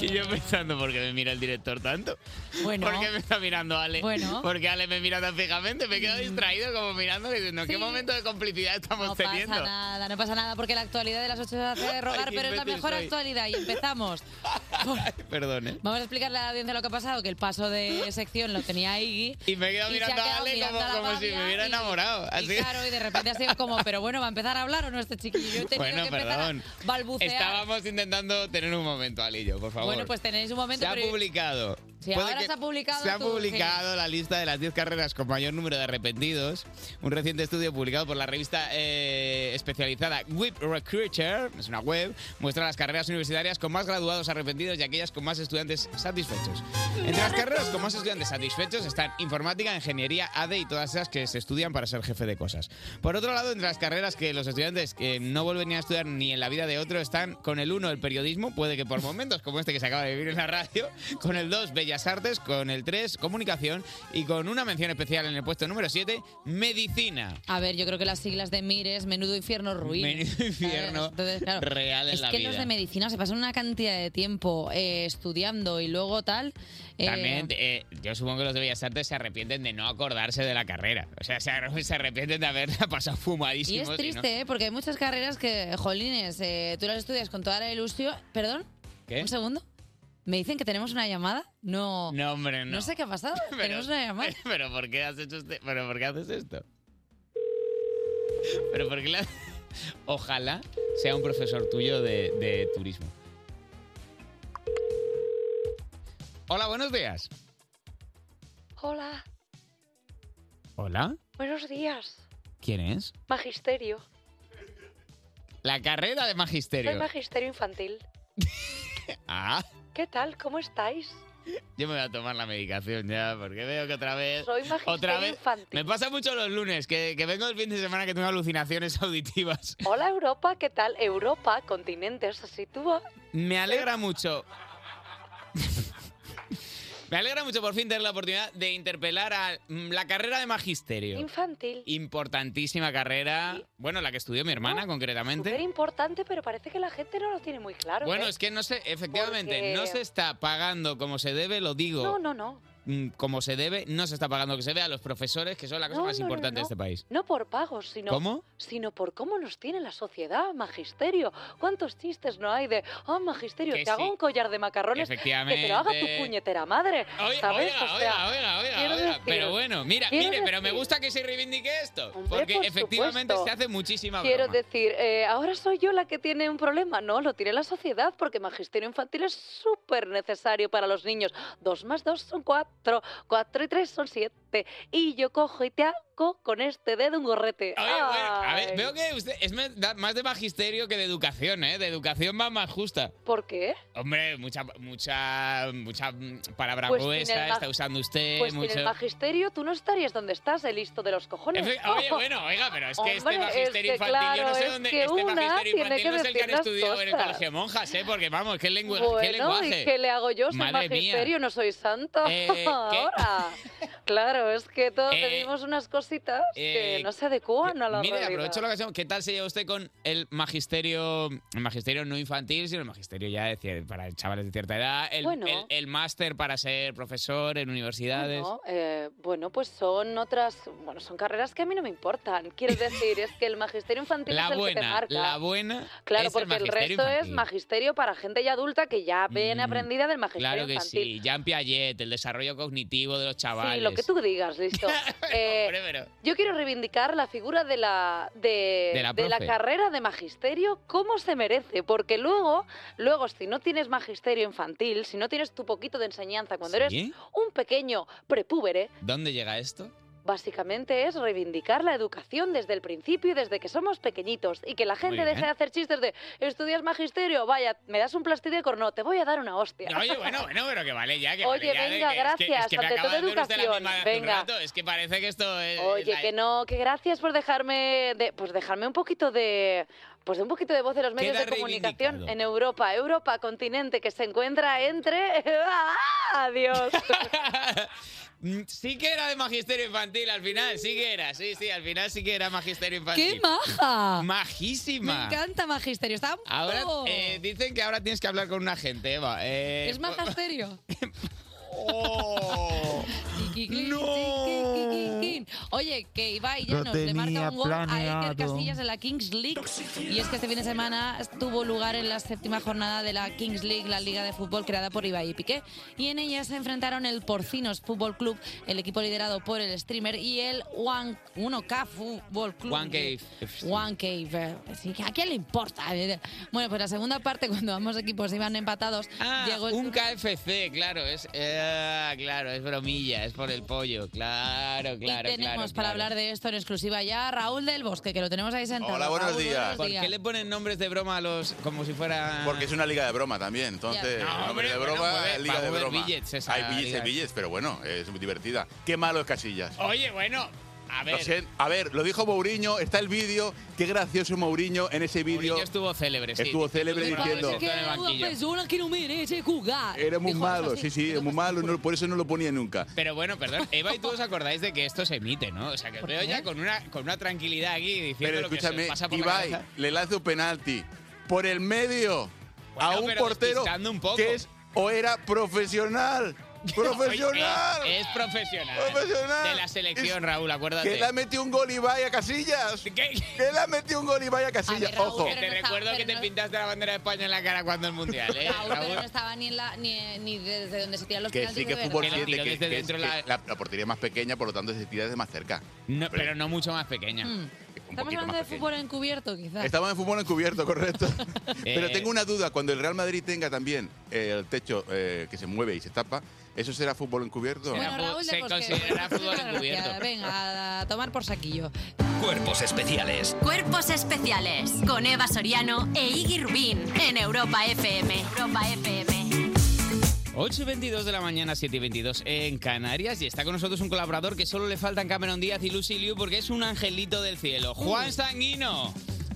y yo pensando, ¿por qué me mira el director tanto? Bueno. ¿Por qué me está mirando Ale? Bueno. Mm. Porque Ale me mira tan fijamente, me he quedado distraído como mirando y diciendo, ¿qué Sí. momento de complicidad estamos No pasa Pues teniendo? nada, no pasa nada porque la actualidad de las 8 se hace de rogar, Ay, qué pero es la imbécil mejor soy. actualidad y empezamos. Perdón, ¿eh? Vamos a explicarle a la audiencia lo que ha pasado, que el paso de sección lo tenía Iggy. Y me he quedado Y se ha mirando a quedado Ale mirando como, a la como si Fabia me hubiera y- enamorado. Y así. claro, y de repente ha sido como, pero bueno, ¿va a empezar a hablar o no este chiquillo? He tenido Bueno, que empezar perdón. a balbucear. Estábamos intentando tener un momento, Ale y yo, por favor. Bueno, pues tenéis un momento. se ha pero- publicado. Sí, Puede ahora que- se ha publicado Se ha tu- publicado la lista de las 10 carreras con mayor número de arrepentidos. Un reciente estudio publicado por la revista eh, especializada Whip Recruiter, es una web, muestra las carreras universitarias con más graduados arrepentidos y aquellas con más estudiantes satisfechos. Entre las carreras con más estudiantes satisfechos están informática, ingeniería, ADE y todas esas que se estudian para ser jefe de cosas. Por otro lado, entre las carreras que los estudiantes que no vuelven ni a estudiar ni en la vida de otro están con el 1 el periodismo, puede que por momentos, como este que se acaba de vivir en la radio, con el 2 bellas artes, con el 3 comunicación y con una mención especial en el puesto número 7, medicina. A ver, yo creo que las siglas de MIR es menudo infierno ruin. Menudo infierno Entonces, claro, real en es la que vida. los de medicina se pasan una cantidad de tiempo eh, estudiando y luego tal. eh, También, eh, yo supongo que los de Bellas Artes se arrepienten de no acordarse de la carrera. O sea, se ar- se arrepienten de haberla pasado y fumadísimos. es no- triste, ¿eh? porque hay muchas carreras que, jolines, eh, tú las estudias con toda la ilusión. ¿Perdón? ¿Qué? ¿Un segundo? ¿Me dicen que tenemos una llamada? No. No, hombre, No, no. sé qué ha pasado. Pero- tenemos una llamada. Pero ¿por qué has hecho este- pero por qué haces esto? Pero por qué la- ojalá sea un profesor tuyo de, de turismo. Hola, buenos días. Hola, Hola, buenos días. ¿quién es? Magisterio. La carrera de Soy magisterio. magisterio infantil. Ah, ¿Qué tal? ¿Cómo estáis? yo me voy a tomar la medicación ya, porque veo que otra vez. Soy magisterio Eh, otra vez. infantil. Me pasa mucho los lunes, que, que vengo el fin de semana que tengo alucinaciones auditivas. Hola Europa, ¿qué tal? Europa, continente, se sitúa. Me alegra mucho. Me alegra mucho por fin tener la oportunidad de interpelar a mm, la carrera de magisterio. Infantil. Importantísima carrera. Bueno, la que estudió mi hermana, Ah, Súper concretamente. importante, pero parece que la gente no lo tiene muy claro. Bueno, ¿eh? es que no sé, efectivamente, Porque- no se está pagando como se debe, lo digo. No, no, no. mm, como se debe, no se está pagando lo que se debe a los profesores, que son la cosa No, más no, no, importante no. de este país. No por pagos, sino, ¿Cómo? sino por cómo nos tiene la sociedad, magisterio. ¿Cuántos chistes no hay de, oh, magisterio, Que te hago sí. un collar de macarrones que te lo haga Efectivamente. tu puñetera madre? Oye, ¿Sabes? oiga, o sea, oiga, oiga, oiga, quiero oiga. decir- Ah, Pero bueno, mira, quiero mire, pero me decir- gusta que se reivindique esto. porque por efectivamente supuesto. se hace muchísima Quiero broma. decir, eh, ahora soy yo la que tiene un problema. No, lo tiene la sociedad porque magisterio infantil es súper necesario para los niños. Dos más dos son cuatro, cuatro y tres son siete. Y yo cojo y te hago con este dedo un gorrete. A Ay, ver, veo que usted es me- da- más de magisterio que de educación, ¿eh? De educación va más justa. ¿Por qué? Hombre, mucha, mucha, mucha mm, palabra Pues sin el gruesa mag- está usando usted. Pues mucho... sin el magisterio tú no estarías donde estás, el listo de los cojones. Efe- Oye, bueno, oiga, pero es que Hombre, este magisterio es que infantil, yo claro, no sé es dónde. que Este una magisterio tiene infantil que no es el que han decir las estudiado en el cosas. colegio de monjas, ¿eh? Porque vamos, ¿qué, lengua- bueno, qué lenguaje? ¿y qué le hago yo? Soy Madre mía. magisterio, no soy santo. Eh, ¿qué? Ahora. Claro, es que todos pedimos unas cositas eh, que no se adecúan a la Mire, realidad. aprovecho la ocasión. ¿Qué tal se lleva usted con el magisterio, el magisterio no infantil, sino el magisterio ya de cier- para chavales de cierta edad? El, Bueno. el- el máster para ser profesor en universidades. Bueno, eh, bueno, pues son otras, bueno, son carreras que a mí no me importan. Quiero decir, es que el magisterio infantil la es el que te buena, marca. la buena. Claro, es el, porque el, magisterio resto es infantil. Mm, magisterio para gente ya adulta que ya viene aprendida del magisterio Claro que infantil. sí. Jean Piaget, el desarrollo cognitivo de los chavales. Sí, lo que tú digas, listo. Eh, Yo quiero reivindicar la figura de la, de, De la profe. carrera de magisterio como se merece, porque luego, luego si no tienes magisterio infantil, si no tienes tu poquito de enseñanza cuando ¿Sí? eres un pequeño prepúbere, ¿Dónde llega esto? básicamente es reivindicar la educación desde el principio y desde que somos pequeñitos y que la gente bien. deje de hacer chistes de estudias magisterio, vaya, me das un plastidecorno, no, te voy a dar una hostia. No, oye, bueno, bueno, pero que vale ya. Que Oye, vale ya de venga, que- es que- es gracias, que me ante acaba todo de hacer usted la educación, misma de hace un venga. rato, Es que parece que esto es. Oye, la- que no, que gracias por dejarme, de, pues dejarme un poquito de, pues de un poquito de voz de los medios Queda de comunicación reivindicado. en Europa, Europa continente que se encuentra entre, ¡Ah, adiós. Mm, Sí que era de magisterio infantil al final, sí que era, sí, sí, al final sí que era magisterio ¡Qué infantil. maja! Me Pues Majísima. encanta magisterio. Está Ahora oh, eh, dicen que ahora tienes que hablar con una gente, Eva. Eh, Es magisterio. Oh. Oye, que Ibai Lo Llanos le marca tenía un gol a Iker planeado. Casillas de la Kings League. Y es que este fin de semana tuvo lugar en la séptima jornada de la Kings League, la liga de fútbol creada por Ibai y Piqué. Y en ella se enfrentaron el Porcinos Fútbol Club, el equipo liderado por el streamer, y el One, 1K Fútbol Club. One Cave. One Cave. eh, sí, ¿A quién le importa? Eh, Bueno, pues la segunda parte, cuando ambos equipos iban empatados, llegó el Ah, Un KFC, claro, es. eh, claro, es bromilla, es por el pollo. Claro, claro, claro. tenemos para claro. hablar de esto en exclusiva ya Raúl del Bosque, que lo tenemos ahí sentado. Raúl, ¿Por qué le ponen nombres de broma a los como si fuera Porque es una liga de broma también, entonces. Ya. No, nombre hombre, de bueno, broma, mueve- va liga a de mover broma. billets esa Hay billets, liga. hay billets, pero bueno, es muy divertida. Qué malo es Casillas. Oye, bueno, a Lo ver. sien- a ver, lo dijo Mourinho, está el vídeo. Qué gracioso Mourinho en ese vídeo. Mourinho estuvo célebre, sí. Estuvo célebre Estuvo diciendo. en el banquillo. persona que no merece jugar. Era muy "Pues, Dijo malo, cosas así. sí, sí, es muy malo, no- por eso no lo ponía nunca. Pero bueno, perdón, Eva y tú os acordáis de que esto se emite, ¿no? O sea, que os veo ya con una, con una tranquilidad aquí diciendo Pero lo que se os escúchame, pasa por la Ibai cabeza. le lanza un penalti por el medio a Bueno, un pero portero despistando un poco. que es o era profesional. ¡Profesional! Oye, Es, es profesional. Profesional. eh, De la selección, Raúl, acuérdate. Que le ha metido un gol Ibai a Casillas. Que le ha metido un gol Ibai a Casillas. Ojo. Que te recuerdo que te pintaste la bandera de España en la cara cuando el mundial, ¿eh? Raúl, pero no estaba ni, en la, ni, ni desde donde se tiran los Que penaltis sí que de fútbol verdad. 7, que, desde que es- dentro que la- la... la portería es más pequeña, por lo tanto se tira desde más cerca. No, pero no mucho más pequeña. Estamos hablando de fútbol encubierto, quizás. Estamos en fútbol encubierto, correcto. Eh. Pero tengo una duda, cuando el Real Madrid tenga también eh, el techo eh, que se mueve y se tapa, ¿eso será fútbol encubierto? Bueno, Raúl del se Bosque. considerará muchísimas fútbol gracias. encubierto. Venga, a tomar por saquillo. Ah, Cuerpos especiales Cuerpos especiales con Eva Soriano e Iggy Rubín en Europa FM. Europa FM. 8 y 22 de la mañana, 7 y 22 en Canarias y está con nosotros un colaborador que solo le faltan Cameron Díaz y Lucy Liu porque es un angelito del cielo. Uh. Juan Sanguino.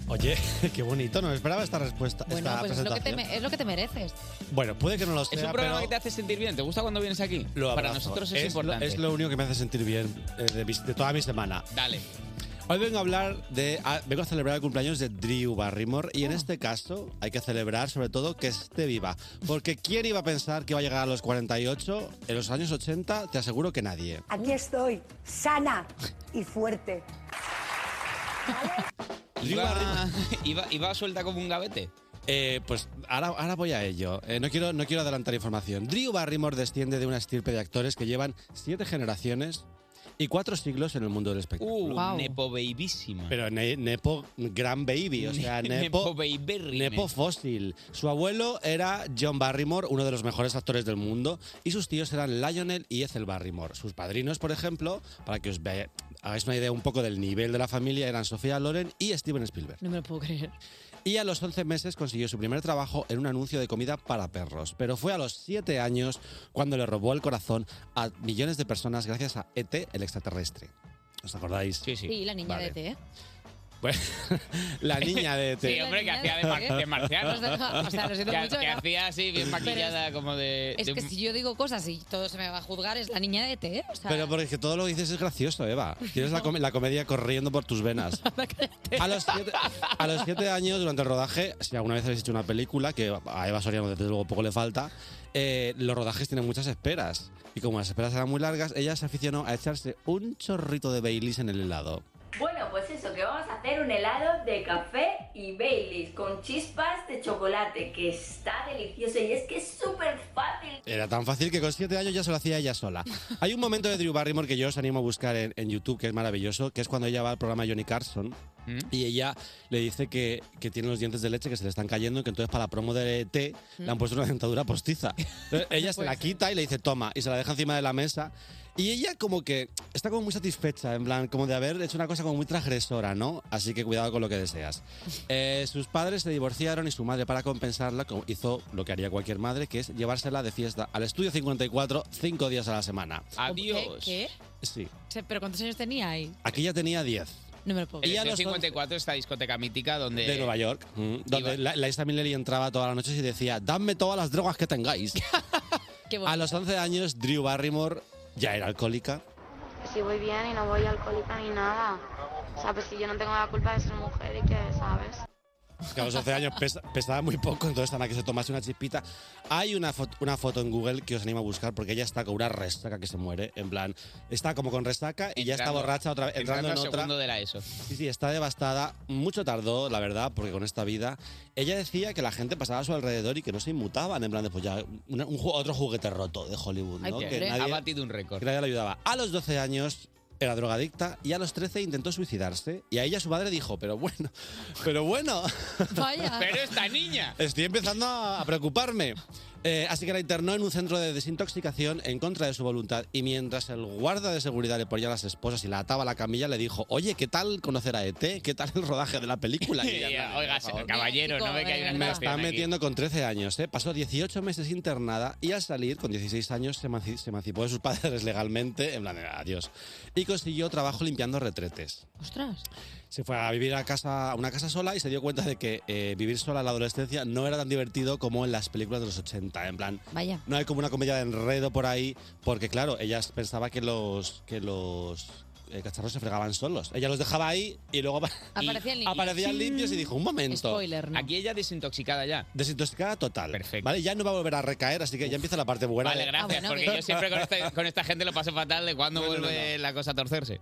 Oye, qué bonito, no me esperaba esta respuesta, Bueno, esta pues es lo, que te, presentación. me- es lo que te mereces. Bueno, puede que no lo sea, Es un programa pero que te hace sentir bien. ¿Te gusta cuando vienes aquí? lo Para abrazo. nosotros es, lo- importante. es lo único que me hace sentir bien eh, de, mis- de toda mi semana. Dale. Hoy vengo a hablar de. a- vengo a celebrar el cumpleaños de Drew Barrymore y Oh. en este caso hay que celebrar sobre todo que esté viva. Porque ¿quién iba a pensar que iba a llegar a los 48? En los años 80 te aseguro que nadie. Aquí estoy, sana y fuerte. ¿Iba, iba, iba suelta como un gavete? Eh, pues ahora, ahora voy a ello. Eh, no, quiero, no quiero adelantar información. Drew Barrymore desciende de una estirpe de actores que llevan siete generaciones y cuatro siglos en el mundo del espectáculo. Uh, nepo babyísima. Pero ne- Nepo Gran Baby, o sea, Ne- Nepo, Nepo Baby Nepo Fósil. Su abuelo era John Barrymore, uno de los mejores actores del mundo, y sus tíos eran Lionel y Ethel Barrymore. Sus padrinos, por ejemplo, para que os vea- hagáis una idea un poco del nivel de la familia, eran Sofía Loren y Steven Spielberg. No me lo puedo creer. Y a los 11 meses consiguió su primer trabajo en un anuncio de comida para perros. Pero fue a los 7 años cuando le robó el corazón a millones de personas gracias a ET, el extraterrestre. ¿Os acordáis? Sí, la niña Vale. de ¿eh? T. La niña de ET. Sí, hombre, que hacía de, mar- de marciano. Os dejo- o sea, lo siento que, mucho, que ¿no? hacía así, bien maquillada, como de... Es Eh, de que un- si yo digo cosas y todo se me va a juzgar, es la niña de T. O sea, Pero porque es que todo lo que dices es gracioso, Eva. Tienes la, com- la comedia corriendo por tus venas. A los, siete, a los siete años, durante el rodaje, si alguna vez habéis hecho una película, que a Eva Soriano desde luego poco le falta, eh, los rodajes tienen muchas esperas. Y como las esperas eran muy largas, ella se aficionó a echarse un chorrito de Baileys en el helado. Bueno, pues eso, que vamos a hacer un helado de café y Baileys con chispas de chocolate, que está delicioso y es que es súper fácil. Era tan fácil que con siete años ya se lo hacía ella sola. Hay un momento de Drew Barrymore que yo os animo a buscar en, en YouTube, que es maravilloso, que es cuando ella va al programa Johnny Carson y ella le dice que, que tiene los dientes de leche que se le están cayendo y que entonces para la promo de té le han puesto una dentadura postiza. Entonces, ella se la quita y le dice, toma, y se la deja encima de la mesa. Y ella como que está como muy satisfecha, en plan, como de haber hecho una cosa como muy transgresora, ¿no? Así que cuidado con lo que deseas. Eh, sus padres se divorciaron y su madre, para compensarla, co- hizo lo que haría cualquier madre, que es llevársela de fiesta al estudio 54 cinco días a la semana. Adiós. ¿Qué? Sí. O sea, ¿Pero cuántos años tenía ahí? Aquí ya tenía 10. No me lo puedo El Y a Liceo los 54, esta discoteca mítica donde... De Nueva York, mm, donde la, la Issa Miley entraba todas las noches y decía, dadme todas las drogas que tengáis. a los 11 años, Drew Barrymore ya era alcohólica. Sí, voy bien y no voy alcohólica ni nada. O sea, pues si yo no tengo la culpa de ser mujer y que, ¿sabes? que a los 11 años pesa- pesaba muy poco, entonces nada que se tomase una chispita. Hay una, fo- una foto en Google que os animo a buscar porque ella está con una resaca que se muere, en plan, está como con resaca y ya está Entrando- borracha otra vez, entrando entrando, a en otra. segundo de la ESO. Sí, sí, está devastada. Mucho tardó, la verdad, porque con esta vida. Ella decía que la gente pasaba a su alrededor y que no se inmutaban, en plan de, pues ya, una- un ju- otro juguete roto de Hollywood, Ay, ¿no? pobre. que Ha batido un récord. que nadie le ayudaba. A los 12 años era drogadicta y a los 13 intentó suicidarse. Y a ella su madre dijo, pero bueno, pero bueno. Pero esta niña... Estoy empezando a a preocuparme. Eh, así que la internó en un centro de desintoxicación en contra de su voluntad y mientras el guarda de seguridad le ponía las esposas y la ataba a la camilla le dijo, oye, ¿qué tal conocer a ET? ¿Qué tal el rodaje de la película? Y ella, "No, no, Oiga, por favor". caballero, no ve que hay una Me actuación están aquí? metiendo con 13 años, ¿eh? Pasó 18 meses internada y al salir, con 16 años, se emanci- se emancipó de sus padres legalmente, en plan, adiós. Y consiguió trabajo limpiando retretes. Ostras. Se fue a vivir a, casa, a una casa sola y se dio cuenta de que eh, vivir sola en la adolescencia no era tan divertido como en las películas de los 80, en plan... Vaya. No hay como una comedia de enredo por ahí, porque claro, ellas pensaba que los... Que los eh, cacharros se fregaban solos. Ella los dejaba ahí y luego Aparecían y limpios. aparecían limpios y dijo, un momento. Aquí ella desintoxicada ya. Desintoxicada total. Perfecto. Vale, ya no va a volver a recaer, así que ya empieza la parte buena. Vale, de- gracias, porque yo siempre con esta, con esta gente lo paso fatal de cuando vuelve la cosa a torcerse.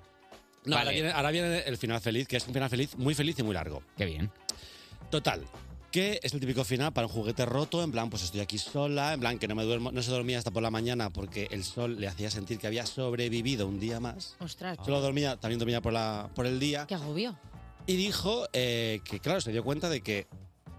No, Vale. ahora, viene, ahora viene el final feliz, que es un final feliz, muy feliz y muy largo. Qué bien. Total. Que es el típico final para un juguete roto, en plan, pues estoy aquí sola, en plan que no me duermo, no se dormía hasta por la mañana porque el sol le hacía sentir que había sobrevivido un día más. Ostras. Solo dormía, también dormía por, la, por el día. Qué agobio. Y dijo eh, que, claro, se dio cuenta de que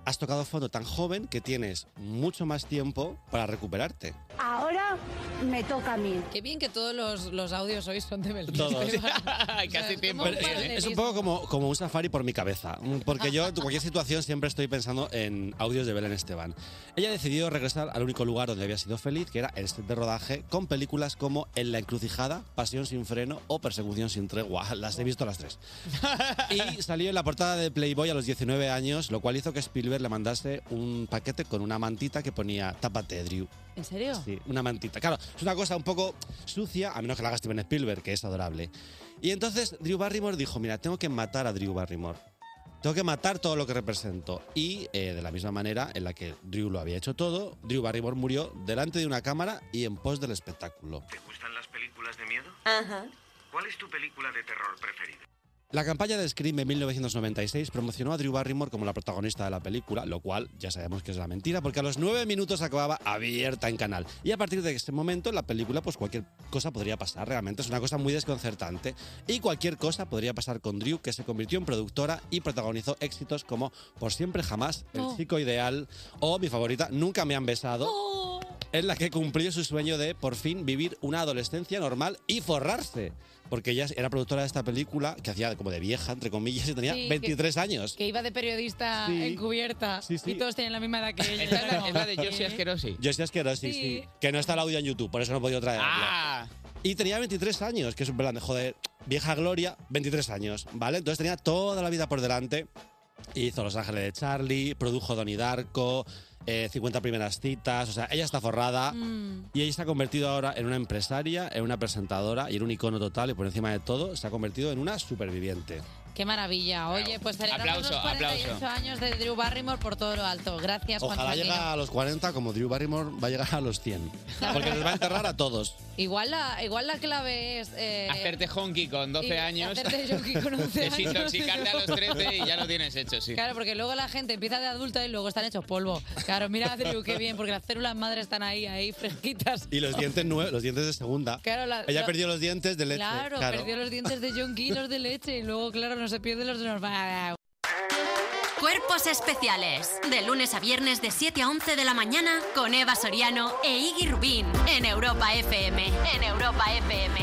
has tocado fondo tan joven que tienes mucho más tiempo para recuperarte. Ahora me toca a mí. Qué bien que todos los, los audios hoy son de Beltrán. Todos. Casi tiempo. Pero es- ¿eh? es un poco como, como un safari por mi cabeza, mm, porque yo en cualquier situación siempre estoy pensando en audios de Belén Esteban. Ella decidió regresar al único lugar donde había sido feliz, que era el set de rodaje, con películas como En la encrucijada, Pasión sin freno o Persecución sin tregua. Las he visto las tres. Y salió en la portada de Playboy a los 19 años, lo cual hizo que Spielberg le mandase un paquete con una mantita que ponía Tápate, Drew. ¿En serio? Sí, una mantita. Claro, es una cosa un poco sucia, a menos que la haga Steven Spielberg, que es adorable. Y entonces Drew Barrymore dijo, mira, tengo que matar a Drew Barrymore. Tengo que matar todo lo que represento. Y eh, de la misma manera en la que Drew lo había hecho todo, Drew Barrymore murió delante de una cámara y en pos del espectáculo. ¿Te gustan las películas de miedo? Ajá. ¿Cuál es tu película de terror preferida? La campaña de Scream de 1996 promocionó a Drew Barrymore como la protagonista de la película, lo cual ya sabemos que es una mentira, porque a los nueve minutos acababa abierta en canal. Y a partir de este momento, en la película, pues cualquier cosa podría pasar, realmente es una cosa muy desconcertante. Y cualquier cosa podría pasar con Drew, que se convirtió en productora y protagonizó éxitos como Por siempre jamás, No. El chico ideal o mi favorita, Nunca me han besado. En la que cumplió su sueño de por fin vivir una adolescencia normal y forrarse. Porque ella era productora de esta película que hacía como de vieja, entre comillas, y tenía Sí, que- 23 años. Que iba de periodista Sí. encubierta y todos tenían la misma edad que ella. Es la de Josie Asquerosi. Yo sí es que no, sí, Sí. sí. Que no está el audio en YouTube, por eso no he podido traerlo. Y tenía 23 años, que es un plan de joder, vieja gloria, 23 años, ¿vale? Entonces tenía toda la vida por delante. Hizo Los Ángeles de Charlie, produjo Donnie Darko, eh, 50 primeras citas, o sea, ella está forrada. Mm. Y ella se ha convertido ahora en una empresaria, en una presentadora y en un icono total y por encima de todo se ha convertido en una superviviente. Qué maravilla. Oye, pues celebramos Aplauso, los 48 aplauso. años de Drew Barrymore por todo lo alto. Gracias, Juan Ojalá Santino. llega a los 40 como Drew Barrymore va a llegar a los 100. Porque nos va a enterrar a todos. Igual la, igual la clave es... eh, Hacerte honky con 12 y años. hacerte yonki con 11 años. Desintoxicarte a los 13 y ya lo tienes hecho, sí. Claro, porque luego la gente empieza de adulta y luego están hechos polvo. Claro, mira a Drew, qué bien, porque las células madres están ahí, ahí, fresquitas. Y los dientes nuevos, los dientes de segunda. Claro, la- Ella lo- perdió los dientes de leche. Claro, perdió los dientes de John y los de leche y luego, claro, no se pierden los de normal. Cuerpos especiales. De lunes a viernes de 7 a 11 de la mañana con Eva Soriano e Iggy Rubín en Europa FM. En Europa FM.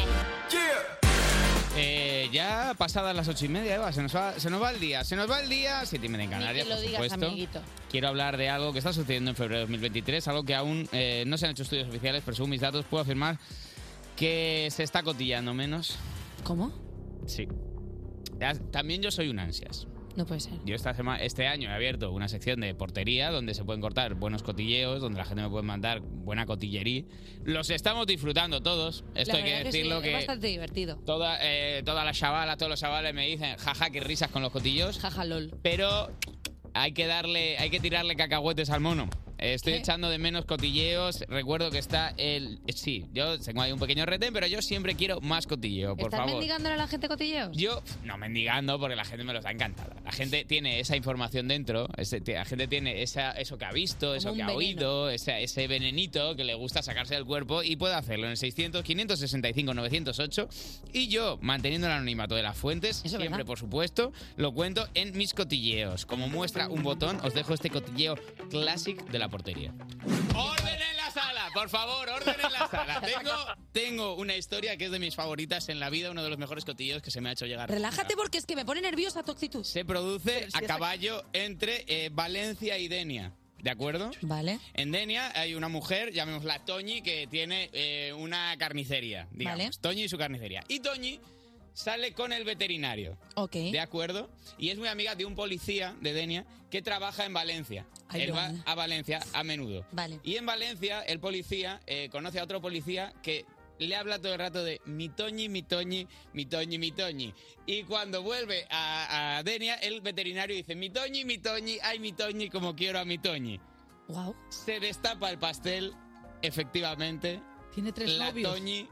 Eh, ya pasadas las ocho y media, Eva, se nos va, se nos va el día, se nos va el día, siete y media en Canarias, Ni que lo por digas, supuesto. amiguito. Quiero hablar de algo que está sucediendo en febrero de 2023, algo que aún eh, no se han hecho estudios oficiales, pero según mis datos puedo afirmar que se está cotillando menos. ¿Cómo? Sí. Ya, También yo soy un ansias. No puede ser. Yo esta sema- este año he abierto una sección de portería donde se pueden cortar buenos cotilleos, donde la gente me puede mandar buena cotillería. Los estamos disfrutando todos, esto La hay que verdad decirlo sí, que... Es bastante divertido. Toda, eh, todas las chavalas, todos los chavales me dicen, jaja, qué risas con los cotillos. Jaja, lol. Pero hay que darle, hay que tirarle cacahuetes al mono. Eh, Estoy ¿Qué? echando de menos cotilleos. Recuerdo que está el. eh, Sí, yo tengo ahí un pequeño retén, pero yo siempre quiero más cotilleo, por ¿Estás favor. mendigándole a la gente cotilleos? Yo, no mendigando, porque la gente me los da encantada. La gente tiene esa información dentro, ese- la gente tiene esa, eso que ha visto, eso un que ha veneno. oído, esa- ese venenito que le gusta sacarse del cuerpo y puede hacerlo en el 600, 565, 908. Y yo, manteniendo el anonimato de las fuentes, siempre, verdad. por supuesto, lo cuento en mis cotilleos. Como muestra un botón, os dejo este cotilleo clásico de la portería. ¡Orden en la sala! Por favor, orden en la sala. Tengo, tengo una historia que es de mis favoritas en la vida, uno de los mejores cotilleos que se me ha hecho llegar. Relájate porque es que me pone nerviosa tu actitud. Se produce Este, a caballo entre eh, Valencia y Denia. ¿De acuerdo? Vale. En Denia hay una mujer, llamémosla Toñi, que tiene eh, una carnicería. Digamos. Vale. Toñi y su carnicería. Y Toñi sale con el veterinario. Ok. ¿De acuerdo? Y es muy amiga de un policía de Denia que trabaja en Valencia. Ay, Él lo va amo. a Valencia a menudo. Vale. Y en Valencia, el policía eh, conoce a otro policía que le habla todo el rato de mi Toñi, mi Toñi, mi Toñi, mi Toñi. Y cuando vuelve a, a Denia, el veterinario dice mi Toñi, mi Toñi, ay mi Toñi, como quiero a mi Toñi. Wow. Se destapa el pastel, efectivamente. Tiene tres La novios. Toñi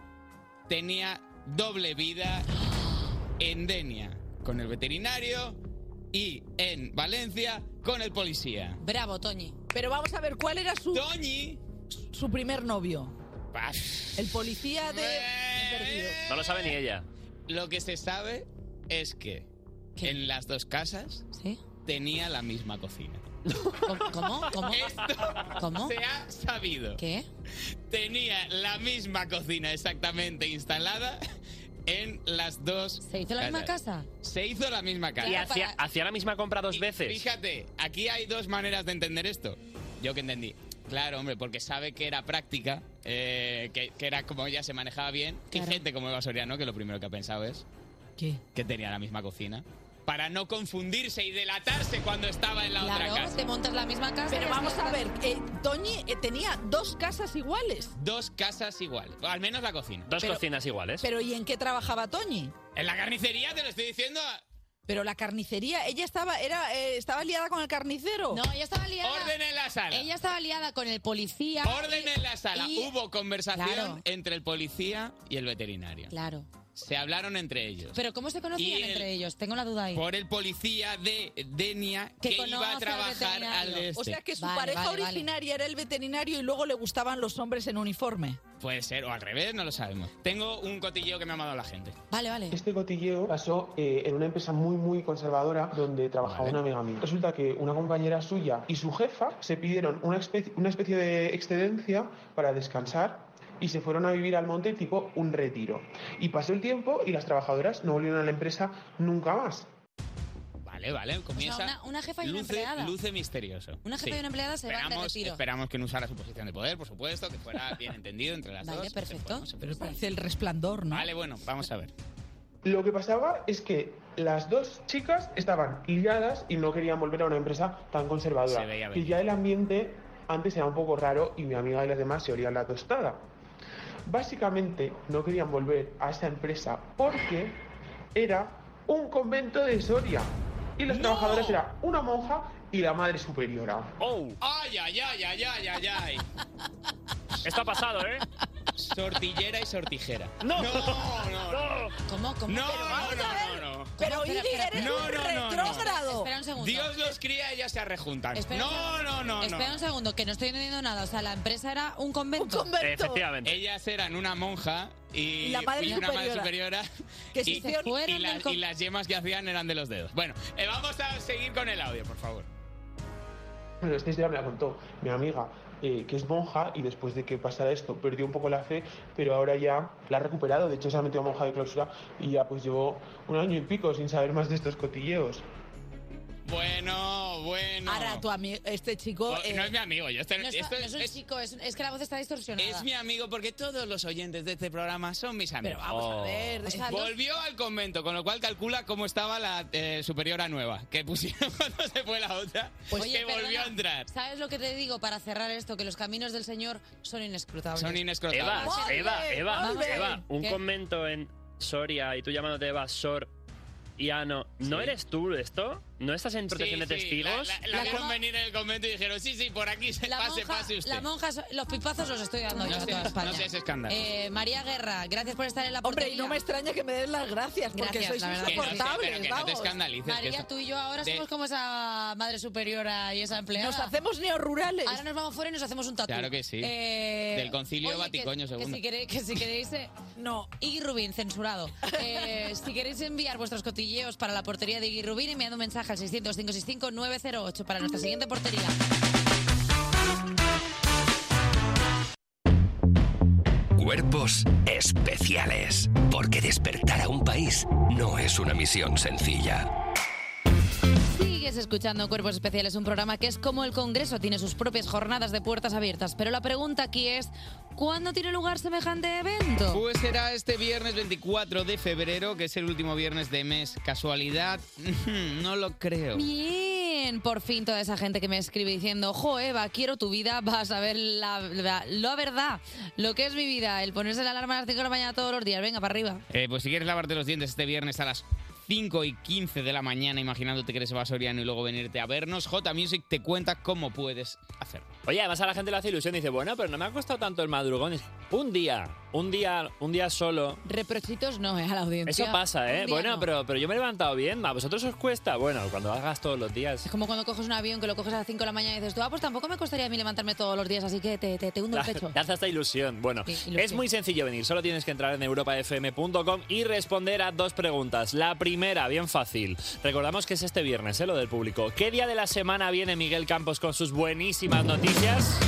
tenía doble vida en Denia con el veterinario y en Valencia con el policía. Bravo, Toñi. Pero vamos a ver, ¿cuál era su. ¡Toñi! Su primer novio. Ah, El policía de. Perdido. No lo sabe ni ella. Lo que se sabe es que en las dos casas tenía la misma cocina. ¿Cómo? ¿Cómo? ¿Cómo? Se ha sabido. ¿Qué? Tenía la misma cocina exactamente instalada en las dos. ¿Se hizo la misma casa? Se hizo la misma casa. Y hacía, hacía la misma compra dos veces. Fíjate, aquí hay dos maneras de entender esto. Yo que entendí. Claro, hombre, porque sabe que era práctica, eh, que, que era como ella se manejaba bien. Y gente como Eva Soriano, que lo primero que ha pensado es ¿Qué? que tenía la misma cocina. Para no confundirse y delatarse cuando estaba en la otra casa. montas la misma casa. Pero y vamos desmontas- a ver, eh, Toñi eh, tenía dos casas iguales. Dos casas iguales. Al menos la cocina. Dos cocinas iguales. Pero ¿y en qué trabajaba Toñi? En la carnicería te lo estoy diciendo. Pero la carnicería, ella estaba, era, eh, estaba liada con el carnicero. No, ella estaba liada. Orden en la sala. Ella estaba liada con el policía. Orden en la sala. y- Hubo conversación Claro. entre el policía y el veterinario. Claro. Se hablaron entre ellos. Pero ¿cómo se conocían Y el- entre ellos? Tengo la duda ahí. por el policía de Denia Que que, conoce iba al a trabajar al, veterinario. de este. O sea que su Vale, pareja vale, vale. originaria era el veterinario y luego le gustaban los hombres en uniforme. Puede ser, o al revés, no lo sabemos. Tengo un cotilleo que me ha mandado la gente. Vale, vale. Este cotilleo pasó eh, en una empresa muy, muy conservadora donde trabajaba una amiga mía. Resulta que una compañera suya y su jefa se pidieron una especie, una especie de excedencia para descansar y se fueron a vivir al monte tipo un retiro. Y pasó el tiempo y las trabajadoras no volvieron a la empresa nunca más. Vale, vale, comienza. una- una jefa y una luce, empleada. Luce misterioso. Una jefa y una empleada se van de esperamos, retiro. Esperamos que no usara su posición de poder, por supuesto, que fuera bien entendido entre las Vale, dos. perfecto. Pero parece el resplandor, ¿no? Vale, bueno, vamos a ver. Lo que pasaba es que las dos chicas estaban ligadas y no querían volver a una empresa tan conservadora. Se veía que venir. ya el ambiente antes era un poco raro y mi amiga y las demás se olían la tostada. Básicamente no querían volver a esa empresa porque era un convento de Soria. Y las trabajadoras era una monja y la madre superiora. ¡Oh! ¡Ay, ay, ay, ay, ay, ay! ay. Esto ha pasado, ¿eh? Sortillera y sortijera. ¡No! ¡No, no, no! ¿Cómo, cómo? No, Pero vamos no, a ver. no, no. Pero, Espera, Iggy, espera, eres no, un no, no, no. retrógrado. Espera un segundo. Dios los cría y ellas se rejuntan. Espera un no, segundo. no, no, no. Espera un segundo, que no estoy entendiendo nada. O sea, la empresa era un convento. Un Ellas eran una monja y, Y la madre y una madre superiora. Que se y, hicieron- y fueron del las, co- y las yemas que hacían eran de los dedos. Bueno, eh, vamos a seguir con el audio, por favor. Bueno, esta historia me la contó mi amiga, eh, que es monja, y después de que pasara esto perdió un poco la fe, pero ahora ya la ha recuperado. De hecho, se ha metido a monja de clausura y ya pues llevó un año y pico sin saber más de estos cotilleos. Bueno, bueno. Ahora tu amigo, este chico. Oh, eh, no es mi amigo, yo este- No es, esto no es un es- chico, es, es que la voz está distorsionada. es mi amigo porque todos los oyentes de este programa son mis amigos. Oh. Pero vamos a ver, o sea, dos- Volvió al convento, con lo cual calcula cómo estaba la eh, superiora nueva que pusieron cuando se fue la otra, Pues Oye, que volvió perdona, a entrar. ¿Sabes lo que te digo para cerrar esto? Que los caminos del Señor son inescrutables. Son inescrutables. Eva, Vamos a ver. Eva, Eva, Vamos a ver. Eva, un ¿Qué? convento en Soria y tú llamándote Eva Sor y Ano, ¿no eres tú esto? ¿No estás en protección Sí, de sí, testigos? La, la- la vieron venir en el convento y dijeron, sí, sí, por aquí, se, La pase, monja- pase usted. la monja, los pipazos los estoy dando yo no, a sé, toda España. no sé ese escándalo. Eh, María Guerra, gracias por estar en la portería. Hombre, y no me extraña que me des las gracias, porque sois Que no sé, pero que no te escandalices. que María, esto- tú y yo ahora De- somos como esa madre superiora y esa empleada. Nos hacemos neorurales. Ahora nos vamos fuera y nos hacemos un tatu. Claro que sí. Eh, Del concilio Vaticoño que, que segundo. si queréis, que si queréis eh, no, Iggy Rubin, censurado. Eh, si queréis enviar vuestros cotilleos para la portería de Iggy Rubin, enviando un mensaje al 600-565-908 para nuestra siguiente portería. Cuerpos especiales. Porque despertar a un país no es una misión sencilla. Sigues escuchando Cuerpos Especiales, un programa que es como el Congreso, tiene sus propias jornadas de puertas abiertas. Pero la pregunta aquí es, ¿cuándo tiene lugar semejante evento? Pues será este viernes 24 de febrero, que es el último viernes de mes. ¿Casualidad? No lo creo. Bien, por fin toda esa gente que me escribe diciendo, jo Eva, quiero tu vida, vas a ver la, la- la verdad, lo que es mi vida, el ponerse la alarma a las 5 de la mañana todos los días, venga, para arriba. Eh, pues si quieres lavarte los dientes este viernes a las 5 y 15 de la mañana, imaginándote que eres Eva Soriano y luego venirte a vernos, J Music te cuenta cómo puedes hacerlo. Oye, además a la gente le hace ilusión y dice, bueno, pero no me ha costado tanto el madrugón. Un día, un día, un día solo. Reprochitos no, es a la audiencia. Eso pasa, Un ¿eh? día Bueno, no. pero, pero yo me he levantado bien. ¿A vosotros os cuesta? Bueno, cuando hagas todos los días. Es como cuando coges un avión que lo coges a las 5 de la mañana y dices, tú, ah, pues tampoco me costaría a mí levantarme todos los días, así que te, te, te hundo el pecho. Te hace esta ilusión. Bueno, Sí, ilusión. es muy sencillo venir. Solo tienes que entrar en europafm.com y responder a dos preguntas. La primera, bien fácil. Recordamos que es este viernes, ¿eh? Lo del público. ¿Qué día de la semana viene Miguel Campos con sus buenísimas noticias?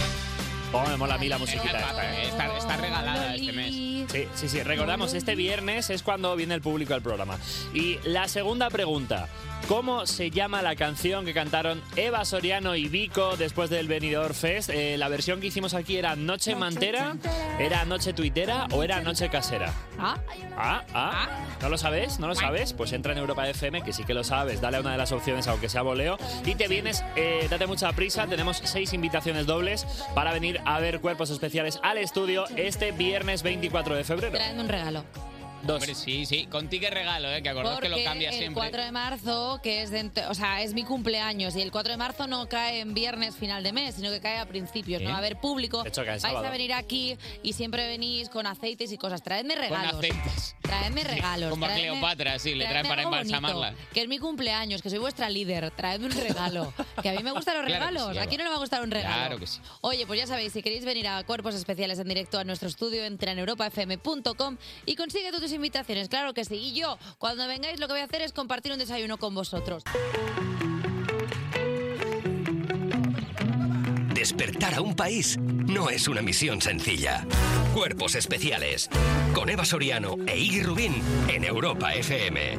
Oh, me mola a mí la musiquita esta, ¿eh? Está, está regalada este mes. Sí, sí, sí. Recordamos, este viernes es cuando viene el público al programa. Y la segunda pregunta. ¿Cómo se llama la canción que cantaron Eva Soriano y Vico después del Benidorm Fest? Eh, la versión que hicimos aquí era Noche Mantera, era Noche Tuitera o era Noche Casera. Ah, Ah, ah. ¿No lo sabes? ¿No lo sabes? Pues entra en Europa FM, que sí que lo sabes. Dale a una de las opciones, aunque sea voleo. Y te vienes, eh, date mucha prisa. Tenemos seis invitaciones dobles para venir a ver cuerpos especiales al estudio este viernes 24 de febrero. traen un regalo. Dos. Hombre, sí, sí. Con ticket regalo, ¿eh? Que acordáis que Porque lo cambia el siempre. 4 de marzo, que es dentro- o sea, es mi cumpleaños, y el 4 de marzo no cae en viernes final de mes, sino que cae a principios, Bien. no va a haber público. De hecho, cae Vais sábado. a venir aquí y siempre venís con aceites y cosas. Traedme regalos. aceites. Traedme regalos. Como a traedme- Cleopatra, sí, le traedme traen para algo embalsamarla. bonito, que es mi cumpleaños, que soy vuestra líder. Traedme un regalo. que a mí me gustan los Claro que regalos. sí, Eva. Aquí no le va a gustar un regalo. Claro que sí. Oye, pues ya sabéis, si queréis venir a Cuerpos Especiales en directo a nuestro estudio, entra en europafm.com y consigue tú tus invitaciones, claro que sí. Y yo, cuando vengáis, lo que voy a hacer es compartir un desayuno con vosotros. Despertar a un país no es una misión sencilla. Cuerpos especiales con Eva Soriano e Iggy Rubín en Europa FM.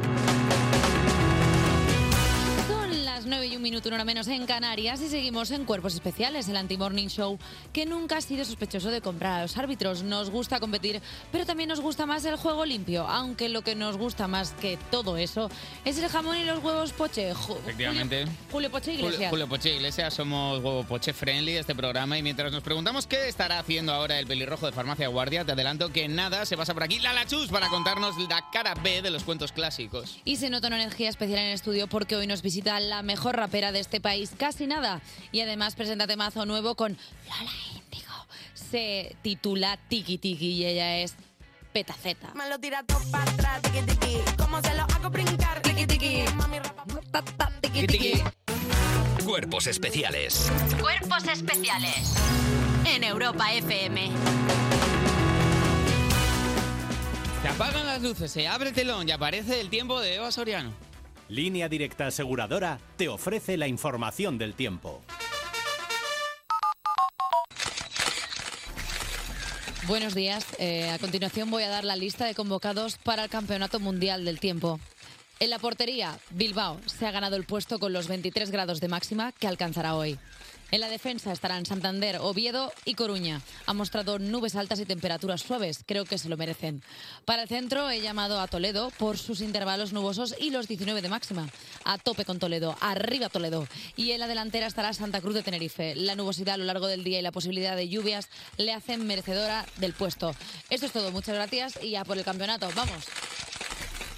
Son las 9 y un minuto, una hora menos en Canarias y seguimos en Cuerpos Especiales, el anti-morning show que nunca ha sido sospechoso de comprar a los árbitros. Nos gusta competir, pero también nos gusta más el juego limpio, aunque lo que nos gusta más que todo eso es el jamón y los huevos poche. Ju- Efectivamente. Julio Poche Julio, Iglesias. Julio Poche Iglesias, somos Huevo Poche Friendly de este programa y mientras nos preguntamos qué estará haciendo ahora el pelirrojo de Farmacia Guardia, te adelanto que nada, se pasa por aquí Lala Chus para contarnos la cara B de los cuentos clásicos. Y se nota una energía especial en el estudio porque hoy nos visita la mejor rapera de este país, casi nada. Y además presenta temazo nuevo con Lola Índigo. Se titula Tiki Tiki y ella es Petaceta. Me lo tira todo para atrás, tiki tiki. ¿Cómo se lo hago brincar? Tiki tiki. Mami, rapa, ta, ta, tiki tiki. Cuerpos especiales Cuerpos especiales en Europa FM. Se apagan las luces, se abre el telón y aparece el tiempo de Eva Soriano. Línea Directa Aseguradora te ofrece la información del tiempo. Buenos días. Eh, a continuación voy a dar la lista de convocados para el Campeonato Mundial del Tiempo. En la portería, Bilbao se ha ganado el puesto con los 23 grados de máxima que alcanzará hoy. En la defensa estarán Santander, Oviedo y Coruña. Ha mostrado nubes altas y temperaturas suaves. Creo que se lo merecen. Para el centro he llamado a Toledo por sus intervalos nubosos y los 19 de máxima. A tope con Toledo. Arriba Toledo. Y en la delantera estará Santa Cruz de Tenerife. La nubosidad a lo largo del día y la posibilidad de lluvias le hacen merecedora del puesto. Esto es todo. Muchas gracias y a por el campeonato. Vamos.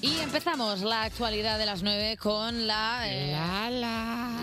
Y empezamos la actualidad de las 9 con la... eh,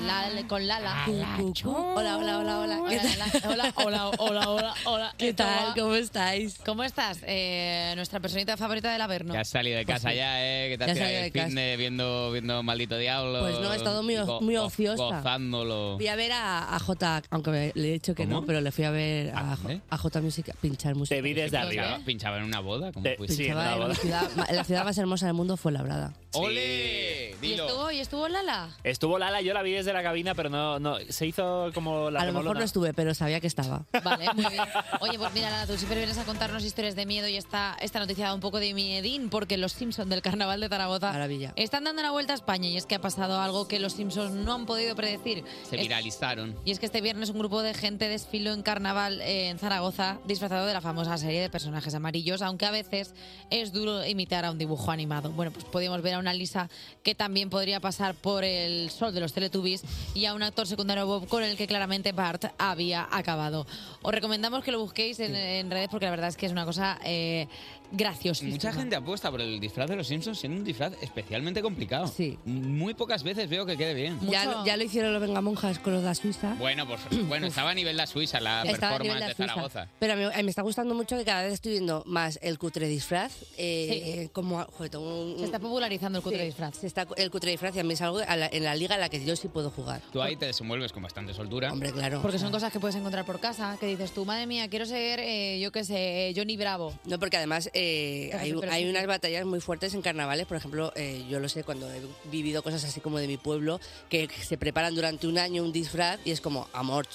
la- con Lala. Hola, hola, hola, hola. ¿Qué tal? Hola, hola, hola, hola, hola. ¿Qué tal? ¿Cómo estáis? ¿Cómo estás? Eh, nuestra personita favorita del Averno. Ya has salido de casa sí. ya, ¿eh? Que te Ya has tirado salí de de casa. fitness viendo, viendo Maldito Diablo. Pues no, he estado muy o- go- muy go- ociosa. Oh. Gozándolo. Fui a ver a, a J, aunque me- le he dicho que no, pero le fui a ver Ah, a, ¿eh? J- a J Music a pinchar música. Te vi desde Pues Pinchaba, arriba. pinchaba en una boda. Eh, ¿Cómo fuiste? Pinchaba en la ciudad, ma- en la ciudad más hermosa del mundo fue Labrada. ¡Ole! ¿Y estuvo, ¿Y estuvo Lala? Estuvo Lala, yo la vi desde la cabina, pero no, no se hizo como la A lo mejor remolona. no estuve, pero sabía que estaba. Vale, muy bien. Oye, pues mira, Lala, tú siempre vienes a contarnos historias de miedo y esta, esta noticia da un poco de miedín porque los Simpsons del Carnaval de Zaragoza están dando una vuelta a España y es que ha pasado algo que los Simpsons no han podido predecir. Se Es- viralizaron. Y es que este viernes un grupo de gente desfiló en carnaval eh, en Zaragoza disfrazado de la famosa serie de personajes amarillos, aunque a veces es duro imitar a un dibujo animado. Bueno, pues podíamos ver a una Lisa que también podría pasar por el sol de los Teletubbies y a un actor secundario Bob con el que claramente Bart había acabado. Os recomendamos que lo busquéis en, en redes porque la verdad es que es una cosa eh, graciosísima. Mucha gente apuesta por el disfraz de los Simpsons siendo un disfraz especialmente complicado. Sí. Muy pocas veces veo que quede bien. Ya, ya lo hicieron los Vengamonjas con los de Suiza. Bueno, pues, bueno, estaba a nivel la Suiza la Estaba a nivel performance de de Suiza. Zaragoza. Pero a mí, a mí me está gustando mucho que cada vez estoy viendo más el cutre disfraz. eh, como, joder, tengo un- Se está popularizando el cutre disfraz. Se está, el cutre disfraz y a mí es algo a la- en la liga en la que yo sí puedo jugar. Tú ahí te desenvuelves con bastante soltura. Hombre, claro. Porque son cosas que puedes encontrar por casa, que dices tú, madre mía, quiero ser, eh, yo qué sé, Johnny Bravo. No, porque además eh, Pero hay, sí, pero hay sí. unas batallas muy fuertes en carnavales. Por ejemplo, eh, yo lo sé cuando he vivido cosas así como de mi pueblo, que se preparan durante un año un disfraz y es como, amor,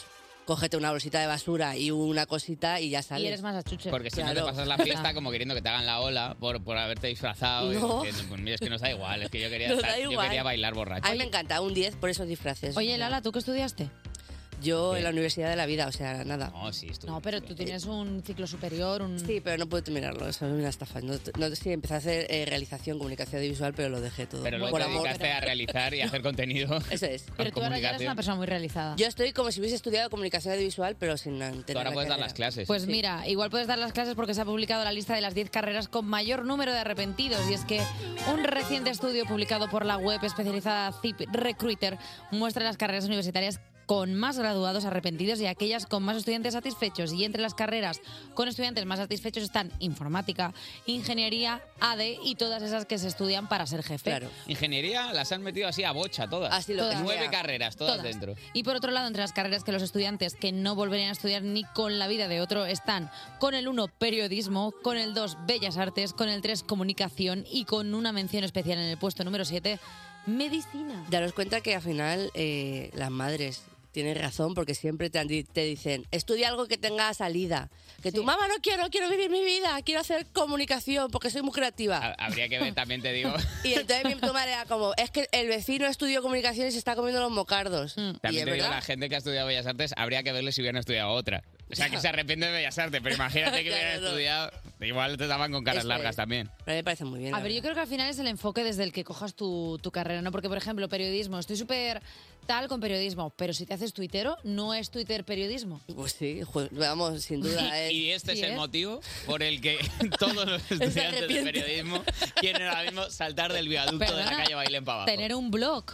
cógete una bolsita de basura y una cosita y ya sales. eres más achuche. Porque si no te Claro. pasas la fiesta como queriendo que te hagan la ola por, por haberte disfrazado. y No. diciendo, pues mira, es que nos da igual, es que yo quería, Nos estar- da yo igual. quería bailar borracho. A mí me encanta, un 10 por esos disfraces. Oye, Lala, ¿tú qué estudiaste? Yo en la universidad de la vida, o sea, nada. No, sí, No, pero tú tienes un ciclo superior, un... Sí, pero no puedo terminarlo, eso es una estafa. No, no- sí, empecé a hacer eh, realización, comunicación audiovisual, pero lo dejé todo. Pero luego Por te amor. dedicaste a realizar y a hacer contenido. Eso es. Pero tú ahora ya eres una persona muy realizada. Yo estoy como si hubiese estudiado comunicación audiovisual, pero sin tener ahora la puedes dar carrera. las clases. Pues Sí. mira, igual puedes dar las clases porque se ha publicado la lista de las 10 carreras con mayor número de arrepentidos. Y es que un reciente estudio publicado por la web especializada Zip Recruiter muestra las carreras universitarias con más graduados arrepentidos y aquellas con más estudiantes satisfechos. Y entre las carreras con estudiantes más satisfechos están informática, ingeniería, AD y todas esas que se estudian para ser jefe. Ingeniería las han metido así a bocha todas. Así lo que Nueve sea. carreras, todas, Todas. dentro. Y por otro lado, entre las carreras que los estudiantes que no volverían a estudiar ni con la vida de otro están con el 1 periodismo, con el 2 bellas artes, con el 3 comunicación y con una mención especial en el puesto número 7 medicina. Daros cuenta que al final eh, las madres tienen razón porque siempre te, han di- te dicen, estudia algo que tenga salida. Que tu mamá no quiero, quiero vivir mi vida, quiero hacer comunicación porque soy muy creativa. Habría que ver, también te digo. Y entonces mi tu madre era como, es que el vecino estudió comunicación y se está comiendo los mocardos. Y Mm. También te es digo, verdad. la gente que ha estudiado Bellas Artes, habría que verle si hubieran estudiado otra. O sea, que se arrepiente de Bellas Artes, pero imagínate que Ya, hubieran ya, no. estudiado. Igual te daban con caras Eso largas es. también. A mí me parece muy bien. A la ver, yo creo que al final es el enfoque desde el que cojas tu, tu carrera, ¿no? Porque, por ejemplo, periodismo, estoy súper tal con periodismo, pero si te haces tuitero, no es Twitter periodismo. verdad. Pues sí, ju- vamos, sin Y, duda. es- y este Sí, es el ¿eh? motivo por el que todos los estudiantes de arrepiente. periodismo quieren ahora mismo saltar del viaducto de la Perdona, calle Bailén para abajo. Tener un blog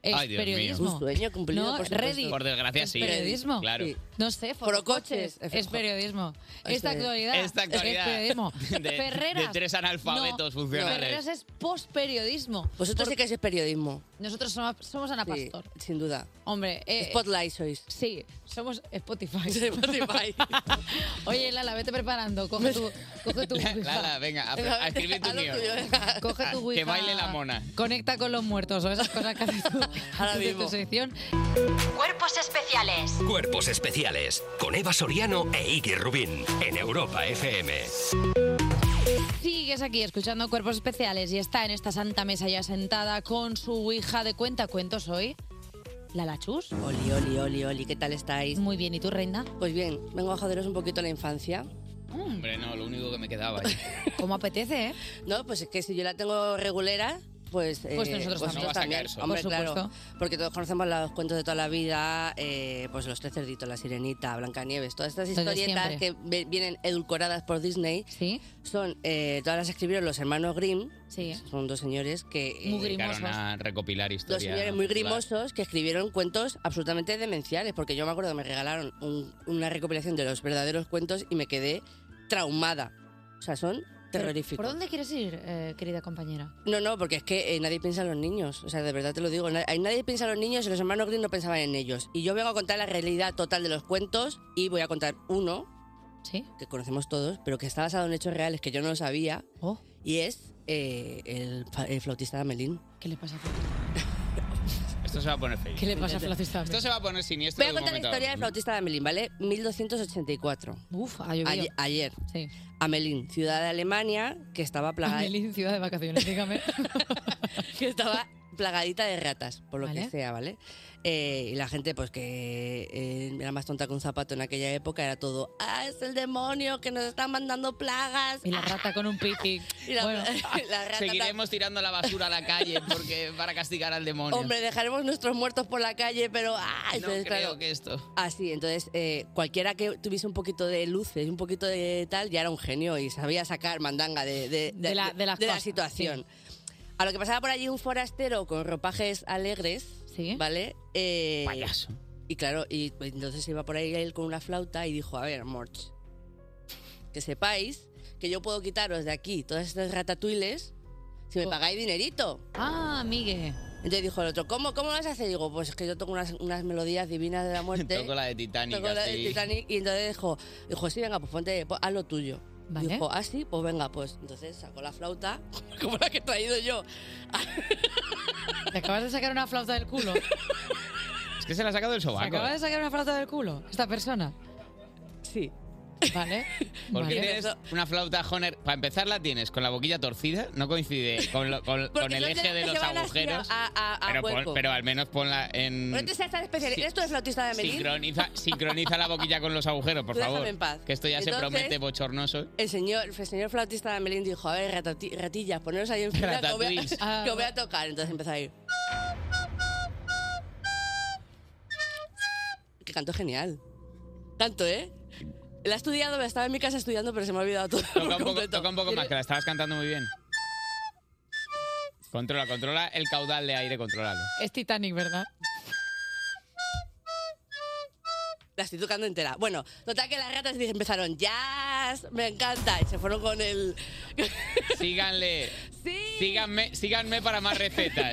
es Ay, Dios mío. periodismo. Un sueño cumplido, No, por supuesto. Reddit. Por desgracia, sí. periodismo. Claro. No sé, Forocoches. forocoches. Es periodismo. Eso Esta es. actualidad, Esta actualidad es periodismo. de, de Ferreras. tres analfabetos funcionales. Ferreras es post-periodismo. Vosotros sí Por- que es periodismo. Nosotros somos, somos Ana Sí, Pastor. sin duda. Hombre, eh, Spotlight sois. Sí, somos Spotify. Spotify. Oye, Lala, vete preparando. Coge tu, coge tu La- Ouija. Lala, venga, a, a escribir tu Haz lo guión. tuyo, Coge tu Que Ouija. baile la mona. Conecta con los muertos o esas cosas que haces tú. Ahora de mismo. tu sección. Cuerpos especiales Cuerpos especiales con Eva Soriano e Iggy Rubín en Europa FM. Sigues aquí escuchando Cuerpos Especiales y está en esta santa mesa ya sentada con su hija de cuenta cuentos hoy, Lala Chus. Oli, oli, oli, oli, ¿qué tal estáis? Muy bien, ¿y tú, reina? Pues bien, vengo a joderos un poquito la infancia. Hombre, no, lo único que me quedaba. Como apetece, ¿eh? No, pues es que si yo la tengo regulera, pues, eh, Pues nosotros también. No vas a también. caer sola. Hombre, Por claro, supuesto. porque todos conocemos los cuentos de toda la vida, eh, pues los tres cerditos, la sirenita, Blancanieves, todas estas Lo de historietas siempre. que ve- vienen edulcoradas por Disney, son eh, todas las escribieron los hermanos Grimm, son dos señores que eh, Dedicaron a recopilar Dos historias. señores muy grimosos que escribieron cuentos absolutamente demenciales, porque yo me acuerdo que me regalaron un- una recopilación de los verdaderos cuentos y me quedé traumada. O sea, son terroríficos. ¿Por dónde quieres ir, eh, querida compañera? No, no, porque es que eh, nadie piensa en los niños. O sea, de verdad te lo digo. na- Nadie, piensa en los niños y los hermanos Grimm no pensaban en ellos. Y yo vengo a contar la realidad total de los cuentos y voy a contar uno que conocemos todos, pero que está basado en hechos reales que yo no lo sabía. Oh. Y es eh, el, fa- el flautista de Amelín. ¿Qué le pasa a Esto se va a poner feo. ¿Qué le pasa a Flautista Esto se va a poner siniestro. Voy de a un contar la momento historia a del otro. flautista de Amelín, ¿vale? 1284. Uf, ah, ha llovido. Ayer. ayer. Sí. Amelín, ciudad de Alemania, que estaba plagada Amelín, ciudad de vacaciones, dígame. que estaba plagadita de ratas, por lo Vale. que sea, ¿vale? Eh, y la gente, pues que eh, era más tonta que un zapato en aquella época, era todo. ¡Ah, es el demonio que nos está mandando plagas! Y la rata con un picking. Y la- la rata Seguiremos tirando la basura a la calle porque para castigar al demonio. Hombre, dejaremos nuestros muertos por la calle, pero ¡ah! no Entonces, creo claro, que esto. Así, entonces eh, cualquiera que tuviese un poquito de luces, un poquito de tal, ya era un genio y sabía sacar mandanga de, de- de- De la- de las de cosas, situación. A lo que pasaba por allí un forastero con ropajes alegres, ¿vale? Eh, Payaso. Y claro, y pues, entonces iba por ahí él con una flauta y dijo, a ver, Morch, que sepáis que yo puedo quitaros de aquí todas estas ratatuiles si me pagáis dinerito. Oh. Ah, migue. Entonces dijo el otro, ¿cómo, cómo las hace? Digo, pues es que yo tengo unas, unas melodías divinas de la muerte. Toco la de Titanic. Tocó la de así. Titanic y entonces dijo, dijo, sí, venga, pues ponte, pues, haz lo tuyo. Vale. Dijo, ah, sí, pues venga, pues. Entonces sacó la flauta, como la que he traído yo. Te acabas de sacar una flauta del culo. Es que se la ha sacado del ¿Te sobaco. acabas de eh. sacar una flauta del culo esta persona? Sí. ¿Vale? Porque vale. tienes una flauta Honer. Para empezar, la tienes con la boquilla torcida, no coincide con, lo- con- Porque con el son eje de que los se van hacia- agujeros. a- a- a pero, pon- hueco. pero al menos ponla en. No te seas tan especial. Sí. ¿Eres tú el flautista de Amelie? Sincroniza, sincroniza la boquilla con los agujeros, por Tú déjame favor. en paz. Que esto ya se Entonces- promete bochornoso. ¿eh? El señor, el señor flautista de Melín dijo, a ver, ratati- ratillas, poneros ahí en fila que os voy, Ratatouille. a, que os voy a tocar. Entonces empezó a ir. Que canto genial. Canto, ¿eh? La he estudiado, estaba en mi casa estudiando, pero se me ha olvidado todo. Toca un, poco, toca un poco más, que la estabas cantando muy bien. Controla, controla el caudal de aire, controlalo. Es Titanic, ¿verdad? La estoy tocando entera. Bueno, total que las ratas dije- empezaron, jazz, me encanta. Y se fueron con el... Síganle. Síganme, síganme para más recetas.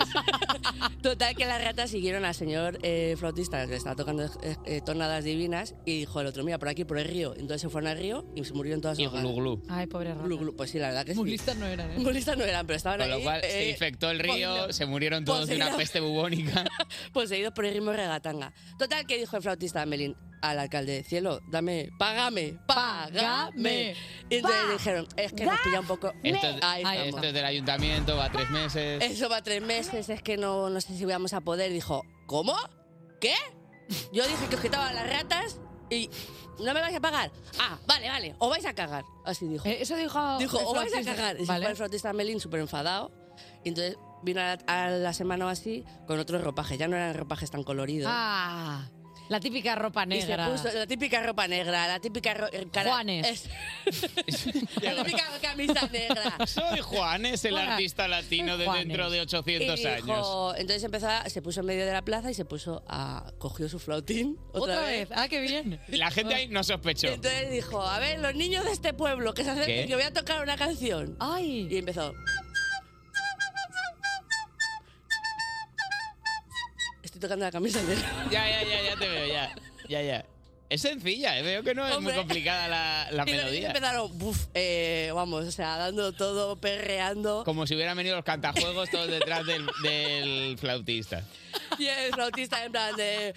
Total que las ratas siguieron al señor eh, flautista que estaba tocando eh, eh, tornadas divinas y dijo el otro, mira, por aquí, por el río. Entonces se fueron al río y se murieron todas Y glu glu. Ay, pobre rata. Pues sí, la verdad que sí. Muy listas no eran, ¿eh? Muy listas no eran, pero estaban Con lo ahí, cual se eh, infectó el río, poseído- se murieron todos de una poseído- peste bubónica. poseídos por el ritmo regatanga. Total que dijo el flautista de Melín al alcalde, cielo, dame, págame, págame. Y entonces Pa- dijeron, es que nos pilla un poco... Esto es, Ahí esto estamos. es del ayuntamiento, va tres meses. Eso va tres meses, es que no, no sé si vamos a poder. Dijo, ¿cómo? ¿Qué? Yo dije que os quitaba las ratas y no me vais a pagar. Ah, vale, vale, o vais a cagar. Así dijo. Eh, eso dijo Dijo, el o vais a flautista". cagar. Y se Vale. fue el flautista Melín súper enfadado. Y entonces vino a la, a la semana o así con otros ropajes. Ya no eran ropajes tan coloridos. Ah, la típica ropa Y se negra. puso la típica ropa negra, la típica... ro- eh, cara- Juanes. la típica camisa negra. Soy Juan, es el Juan. artista latino de Juanes. dentro de 800 Y dijo- años. Entonces empezó, a- se puso en medio de la plaza y se puso a. cogió su flautín otra, Otra vez. Ah, qué bien. La gente ahí no sospechó. Entonces dijo: A ver, los niños de este pueblo que se acerquen, ¿Qué? que voy a tocar una canción. ¡Ay! Y empezó. Estoy tocando la camisa negra. Ya, ya, ya, ya te veo, ya. Ya, ya. Es sencilla, eh, veo que no es Hombre. muy complicada la, la y los niños melodía. empezaron, buf, eh, vamos, o sea, dando todo, perreando. Como si hubieran venido los cantajuegos todos detrás del, del flautista. Y el flautista en plan de...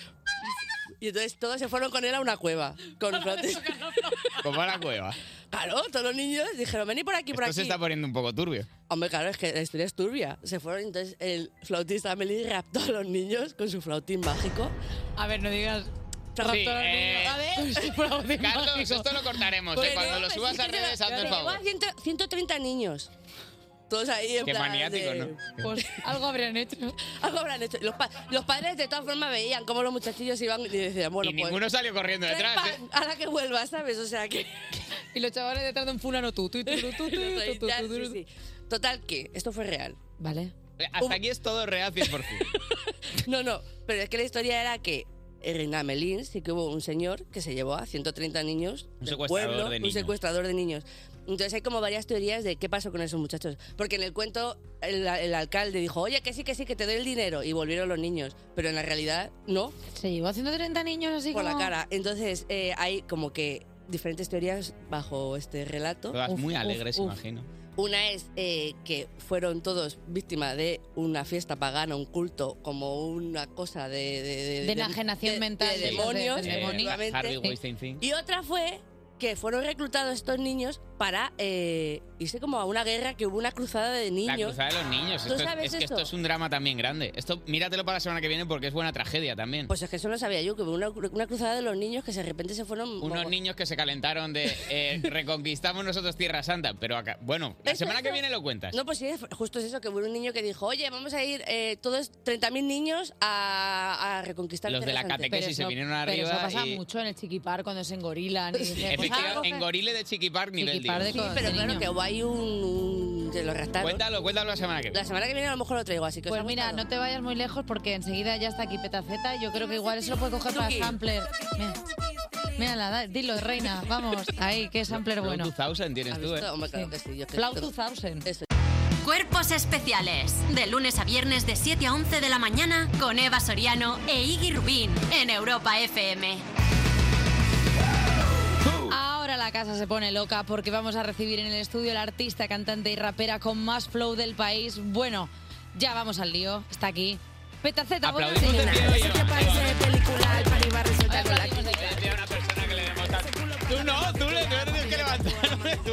Y entonces todos se fueron con él a una cueva. Con el flautista. Como a la cueva. Claro, todos los niños dijeron, vení por aquí, por Esto se aquí. está poniendo un poco turbio. Hombre, claro, es que la historia es turbia. Se fueron, entonces el flautista Amelie raptó a los niños con su flautín mágico. A ver, no digas... Raptó Sí, a los eh, niños. Carlos, esto lo cortaremos. eh, Porque Cuando no, lo pues subas es al que revés, lleva- hazme el lleva favor. 100 130 niños. Todos ahí en Qué plan maniático, de- ¿no? Pues algo habrían hecho. Algo habrán hecho. Los, pa- los padres de todas formas veían cómo los muchachillos iban y decían, bueno, Y pues... ninguno salió corriendo trae detrás. pan, A la que vuelva, ¿sabes? O sea que... Y los chavales detrás de un fulano tú, tú, tú, tú, tú, tú, tú, tú, tú, tú. Total que, esto fue real. Vale. eh. Hasta aquí es todo real 100%. No, no, pero es que la historia era que en Amelín sí que hubo un señor que se llevó a 130 niños Un del secuestrador pueblo, de niños. un secuestrador de niños. Entonces hay como varias teorías de qué pasó con esos muchachos. Porque en el cuento el, el alcalde dijo, oye, que sí, que sí, que te doy el dinero. Y volvieron los niños. Pero en la realidad, no. Se llevó a 130 niños así Por como- la cara. Entonces eh, hay como que diferentes teorías bajo este relato. Todas muy Uf, uf, alegres, uf. imagino. Una es eh, que fueron todos víctimas de una fiesta pagana, un culto, como una cosa de... De, De enajenación mental. de demonios, de- de demonios. efectivamente. Harvey Weinstein Thing. Y otra fue que fueron reclutados estos niños para eh, irse como a una guerra que hubo una cruzada de La niños. cruzada de los niños. ¿Tú Esto es, sabes es que eso? esto es un drama también grande. Esto, míratelo para la semana que viene porque es buena tragedia también. Pues es que eso no sabía yo, que hubo una, una cruzada de los niños que de repente se fueron... Unos niños que se calentaron de eh, reconquistamos nosotros Tierra Santa, pero acá, bueno, la Eso, semana que eso. viene lo cuentas. No, pues sí, es justo es eso, que hubo un niño que dijo, oye, vamos a ir eh, todos 30.000 niños a, a reconquistar Los de la Terra Santa". catequesis Pero se eso- vinieron pero eso arriba pasa y- mucho en el chiquipar cuando se engorilan. Y dicen, pues, Efectivamente, algo que- en Gorile de Chiquipar nivel Chiquipar 10. de co- Sí, pero de claro niño. que hubo ahí un de los raptados. Cuéntalo, cuéntalo la semana que viene. La semana que viene a lo mejor lo traigo, así que... os Pues ha mira, gustado. no te vayas muy lejos porque enseguida ya está aquí Petaceta. Yo creo que igual eso lo puede coger para Tuki. sampler. Mira, mírala, da- dilo, reina. Vamos, ahí, que sampler Flow bueno. 2000 tienes tú, ¿eh? Flow 2000. Cuerpos especiales. De lunes a viernes de 7 a 11 de la mañana con Eva Soriano e Iggy Rubín en Europa FM. Ahora la casa se pone loca porque vamos a recibir en el estudio la artista, cantante y rapera con más flow del país. Bueno, ya vamos al lío. Está aquí. Petaceta, buenos Aplaudimos días. de pie, oye. película, Hay una persona que le demuestra- Tú no, tú le tú.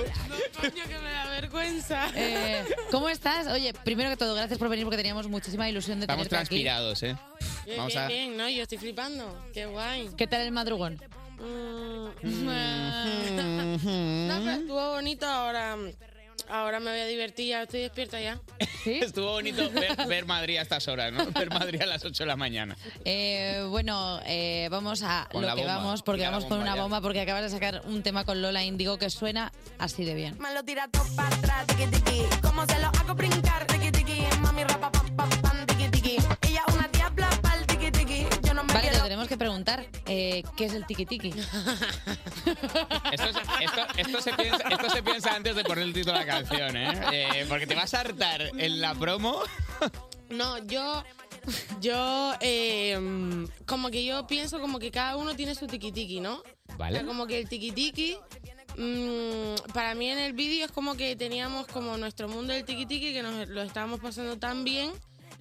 Coño, que me da vergüenza. Eh, ¿Cómo estás? Oye, primero que todo, gracias por venir porque teníamos muchísima ilusión de Estamos tenerte aquí. transpirados, ¿eh? Bien, Vamos bien, a... bien, no, yo estoy flipando. Qué guay. Mm, ¿Qué tal el madrugón? Mm. no, pero estuvo bonito ahora. Ahora me voy a divertir, ya estoy despierta ya. Estuvo bonito ver, ver Madrid a estas horas, ¿no? Ver Madrid a las 8 de la mañana. Eh, bueno, eh, vamos a Con lo la que bomba, vamos, porque tira la vamos con bomba una ya. bomba, porque acabas de sacar un tema con Lola Indigo que suena así de bien. Me lo tira todo para atrás, tiqui tiqui. Como se lo hago brincar, tiqui tiqui. Mami rapa pam pam pam, tiqui tiqui. Ella una diabla pa'l tiqui tiqui. Yo no me Vale, te pierdo. tenemos que preguntar eh, qué es el tiki tiki. Esto, es- esto, esto se piensa, esto se piensa antes de poner el título de la canción, ¿eh? Eh, Porque te vas a hartar en la promo. No, yo. Yo. eh, mm, como que yo pienso como que cada uno tiene su tiki tiki, ¿no? Vale. O sea, como que el tiki tiki. mm, para mí en el vídeo es como que teníamos como nuestro mundo del tiki tiki que nos lo estábamos pasando tan bien.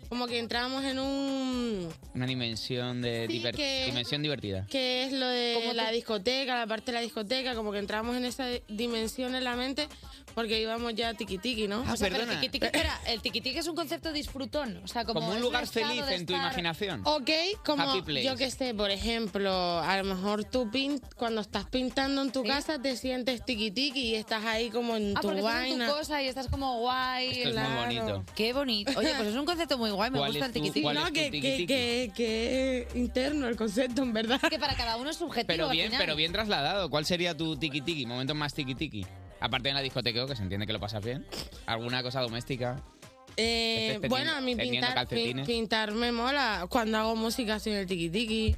Como que entrábamos en un. Una dimensión de Sí, diver- que- dimensión divertida. que es lo de la discoteca, la parte de la discoteca, como que entramos en esa dimensión en la mente porque íbamos ya tiki tiki, ¿no? Ah, O sea, pero perdona. tiki-tiki, espera, el tiki tiki es un concepto disfrutón, o sea, como Como un es un lugar estado feliz de en tu estar- imaginación. Ok, como Happy place. yo que sé, por ejemplo, a lo mejor tú pin cuando estás pintando en tu casa te sientes tiki tiki y estás ahí como en Ah, tu porque estás en vaina. tu cosa y estás como guay. Esto es muy claro. bonito. Qué bonito. Oye, pues es un concepto muy guay, me ¿Cuál es gusta el tu- tiki tiki. cuál No, es tu que- que- tiki-tiki? que- interno el concepto, en verdad. Que para cada uno es subjetivo. Pero al bien, final. pero bien trasladado. ¿Cuál sería tu tiki tiki? Momento más tiki tiki. Aparte en la discoteca, que se entiende que lo pasas bien. ¿Alguna cosa doméstica? Eh, Estés teniendo- bueno, a mí teniendo pintar, pi- calcetines. pintar me mola. Cuando hago música estoy en el tiki tiki.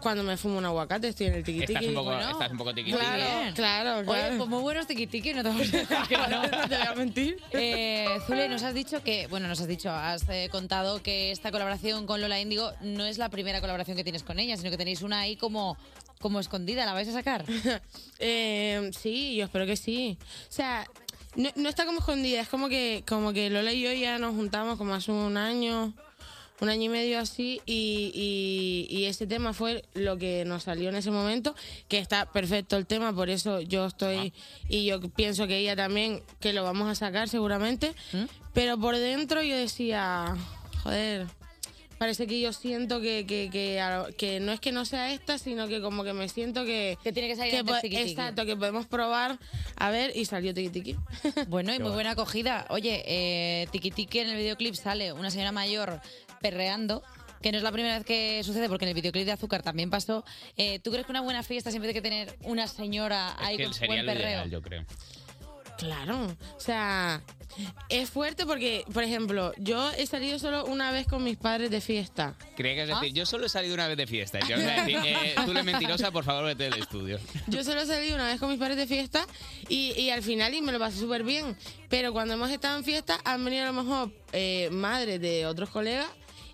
Cuando me fumo un aguacate estoy en el tiki tiki. Estás un poco, estás un poco tiki tiki. Claro, claro, Oye, claro. pues muy buenos tiki tiki, no te voy a decir que no. te voy a mentir. Eh, Zule, nos has dicho que, bueno, nos has dicho, has eh, contado que esta colaboración con Lola Índigo no es la primera colaboración que tienes con ella, sino que tenéis una ahí como, como escondida, ¿la vais a sacar? Eh, sí, yo espero que sí. O sea, no, no está como escondida, es como que, como que Lola y yo ya nos juntamos como hace un año, un año y medio así, y, y- y ese tema fue lo que nos salió en ese momento, que está perfecto el tema, por eso yo estoy, Ah. y yo pienso que ella también, que lo vamos a sacar seguramente, ¿Mm? pero por dentro yo decía, joder. Parece que yo siento que, que, que, a- que no es que no sea esta, sino que como que me siento que... Que tiene que salir antes po- Tiki Tiki. Exacto, que podemos probar a ver y salió Tiki Tiki. Bueno, y Qué muy bueno. buena acogida. Oye, eh, tiki tiki en el videoclip sale una señora mayor perreando. Que no es la primera vez que sucede, porque en el videoclip de Azúcar también pasó. Eh, ¿Tú crees que una buena fiesta siempre tiene que tener una señora ahí Que con su sería buen lo perreo? ideal, yo creo. Claro, o sea, es fuerte porque, por ejemplo, yo he salido solo una vez con mis padres de fiesta. Creía que ibas a Ah. decir, yo solo he salido una vez de fiesta. Y te iba a decir, eh, tú eres mentirosa, por favor, vete del estudio. Yo solo he salido una vez con mis padres de fiesta y, y al final y me lo pasé súper bien. Pero cuando hemos estado en fiesta han venido a lo mejor eh, madres de otros colegas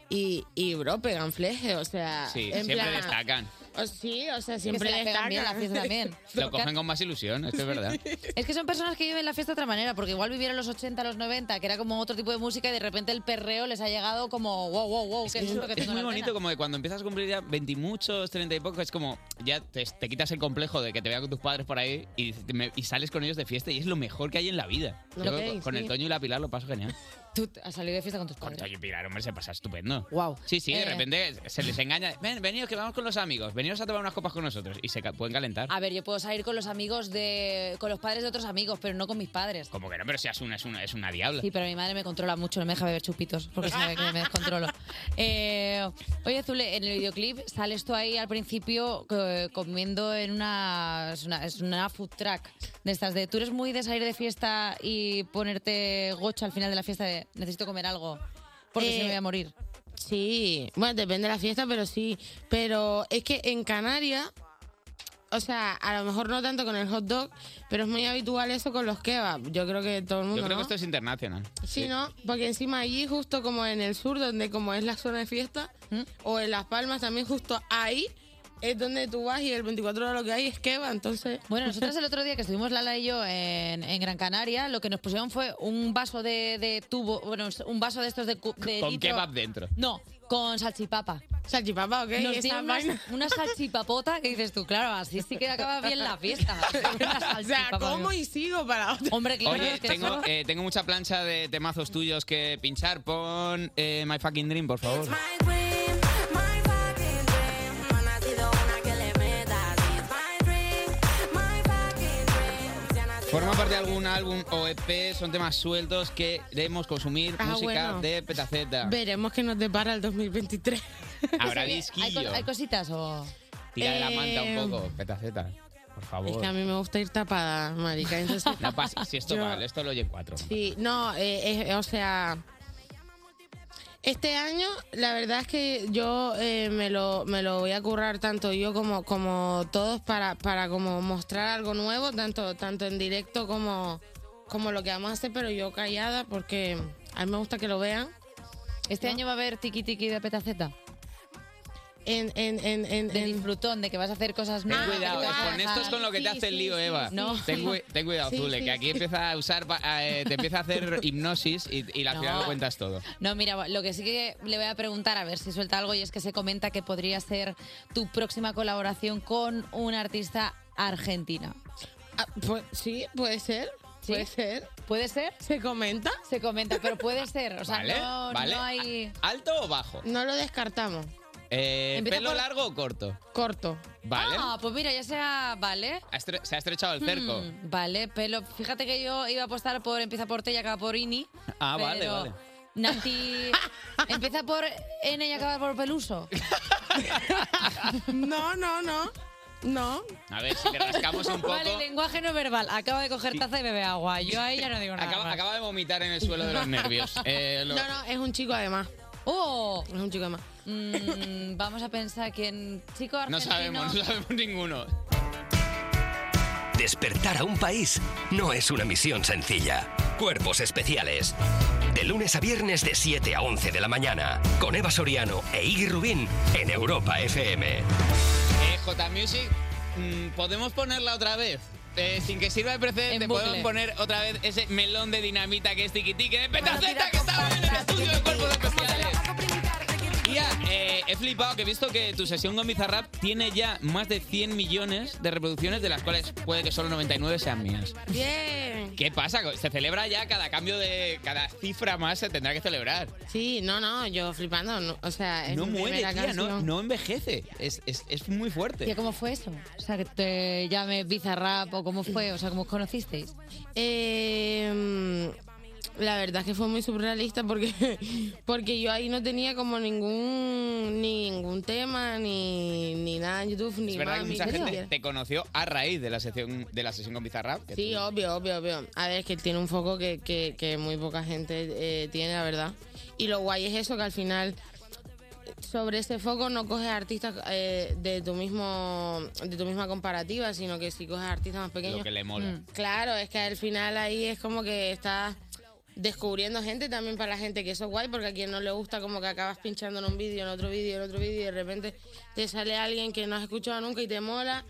y, y bro, pegan fleje, o sea... Sí, Ah, en siempre plan- destacan. o- sí, o sea, siempre se la pegan destacan. bien a la fiesta también. Lo cogen con más ilusión, esto es verdad. Es que son personas que viven la fiesta de otra manera, porque igual vivieron los 80, los 90, que era como otro tipo de música y de repente el perreo les ha llegado como wow, wow, wow, qué susto que Es tengo muy las bonito como que cuando empiezas a cumplir ya 20 y muchos, 30 y pocos, es como ya te, te quitas el complejo de que te vean con tus padres por ahí y, te- me- y sales con ellos de fiesta y es lo mejor que hay en la vida. Ok, Yo con, con sí. el Toño y la Pilar lo paso genial. venas. Tú has salido de fiesta con tus padres. Toño y Pilar, hombre, se pasa estupendo. Wow. Sí, sí, de Eh. repente se les engaña. Ven, venidos que vamos con los amigos, venidos a tomar unas copas con nosotros y se ca- pueden calentar. A ver, yo puedo salir con los amigos de. con los padres de otros amigos, pero no con mis padres. Como que no, pero si es una, es una, es una diabla. Sí, pero mi madre me controla mucho, no me deja beber chupitos porque sabe que me descontrolo. Eh, oye, Zule, en el videoclip sales tú ahí al principio eh, comiendo en una es, una. es una food track de estas de. Tú eres muy de salir de fiesta y ponerte gocha al final de la fiesta de necesito comer algo porque si Eh, no me voy a morir. Sí, bueno, depende de la fiesta, pero sí. Pero es que en Canarias, o sea, a lo mejor no tanto con el hot dog, pero es muy habitual eso con los kebabs. Yo creo que todo el Yo mundo. creo que ¿no? esto es internacional. Sí, ¿no? Porque encima allí, justo como en el sur, donde como es la zona de fiesta, ¿Mm? o en Las Palmas también, justo ahí es donde tú vas y el 24 horas lo que hay es kebab, entonces... Bueno, nosotros el otro día que estuvimos Lala y yo en, en Gran Canaria, lo que nos pusieron fue un vaso de, de tubo, bueno, un vaso de estos de, cu- de Con litro. kebab dentro. No, Con salchipapa. Salchipapa, ok. Nos esa dieron una, vaina. una salchipapota que dices tú, claro, así sí que acaba bien la fiesta. o sea, como y sigo para otra. Hombre, claro, Oye, es que tengo, eso- eh, tengo mucha plancha de temazos tuyos que pinchar. Pon eh, My Fucking Dream, por favor. Forma parte de algún álbum o EP, son temas sueltos que debemos consumir Ah, música bueno. de petaceta. Veremos qué nos depara el 2023. Habrá ¿Hay- disquillo. ¿Hay, cositas o...? Tira de la manta Eh, un poco, petaceta. Por favor. Es que a mí me gusta ir tapada, marica. Entonces, No pasa, si esto Yo- vale, esto lo oye cuatro. Sí, no, eh, es- o sea, este año la verdad es que yo eh, me, lo, me lo voy a currar tanto yo como, como todos para, para como mostrar algo nuevo, tanto, tanto en directo como, como lo que vamos a hacer, pero yo callada porque a mí me gusta que lo vean. ¿Este año va a haber tiki tiki de petaceta? En, en, en, en, de disfrutón, de que vas a hacer cosas Ten nuevas. cuidado, que vas a con esto es pasar. con lo que te Ah, Sí, hace el sí, lío, sí, Eva. sí. No. ten, cui- ten cuidado, Sí, Zule, sí, que aquí sí. empieza a usar, pa- a, eh, te empieza a hacer hipnosis y, y la No. final lo cuentas todo. No, mira, lo que sí que le voy a preguntar, a ver si suelta algo, y es que se comenta que podría ser tu próxima colaboración con una artista argentina. pues, sí, puede ser. Puede ser. ¿Puede ser? ¿Se comenta? Se comenta, pero puede ser. O sea, ¿Vale? no, ¿Vale? no hay. ¿A- ¿Alto o bajo? No lo descartamos. Eh, Empieza ¿Pelo por- largo o corto? Corto. ¿Vale? Ah, pues mira, ya sea. Vale. Ha estre- Se ha estrechado el cerco. Mm, vale, pero fíjate que yo iba a apostar por empieza por T y acaba por Ini. Ah, vale, pero vale. Nati. empieza por N y acaba por Peluso. No, no, no. No. A ver, si le rascamos un poco. Vale, lenguaje no verbal. Acaba de coger taza y bebe agua. Yo ahí ya no digo nada. Acaba, más. acaba de vomitar en el suelo de los nervios. Eh, lo- No, no, es un chico además. ¡Oh! Es un chico además. Mm, vamos a pensar quién. Chico no argentino. sabemos, no sabemos ninguno. Despertar a un país no es una misión sencilla. Cuerpos especiales. De lunes a viernes de 7 a 11 de la mañana. Con Eva Soriano e Iggy Rubín en Europa FM. Eh, J Music, mm, ¿podemos ponerla otra vez? Eh, sin que sirva de precedente, bucle. podemos poner otra vez ese melón de dinamita que es tiquitique de petaceta que estaba en el estudio de cuerpos especiales. Tía, eh, he flipado que he visto que tu sesión con Bizarrap tiene ya más de 100 millones de reproducciones, de las cuales puede que solo 99 sean mías. Bien. ¿Qué pasa? Se celebra ya cada cambio de. cada cifra más se tendrá que celebrar. Sí, no, no, yo flipando. no, o sea, es No mi muere, primera tía, no, canción. no envejece. Es, es- es muy fuerte. Tía, ¿cómo fue eso? O sea, que te llame Bizarrap o cómo fue, o sea, ¿cómo os conocisteis? Eh, mm, la verdad es que fue muy surrealista porque, porque yo ahí no tenía como ningún ningún tema, ni, ni nada en YouTube, ni Es verdad que mami, mucha ni gente siquiera. te conoció a raíz de la sesión, de la sesión con Bizarrap. que Sí, tú- obvio, obvio, obvio. A ver, es que tiene un foco que, que- que muy poca gente eh, tiene, la verdad. Y lo guay es eso, que al final sobre ese foco no coges artistas eh, de tu mismo de tu misma comparativa, sino que sí coges artistas más pequeños. Lo que le mola. Mm. Claro, es que al final ahí es como que estás descubriendo gente también para la gente, que eso es guay, porque a quien no le gusta como que acabas pinchando en un vídeo, en otro vídeo, en otro vídeo, y de repente te sale alguien que no has escuchado nunca y te mola.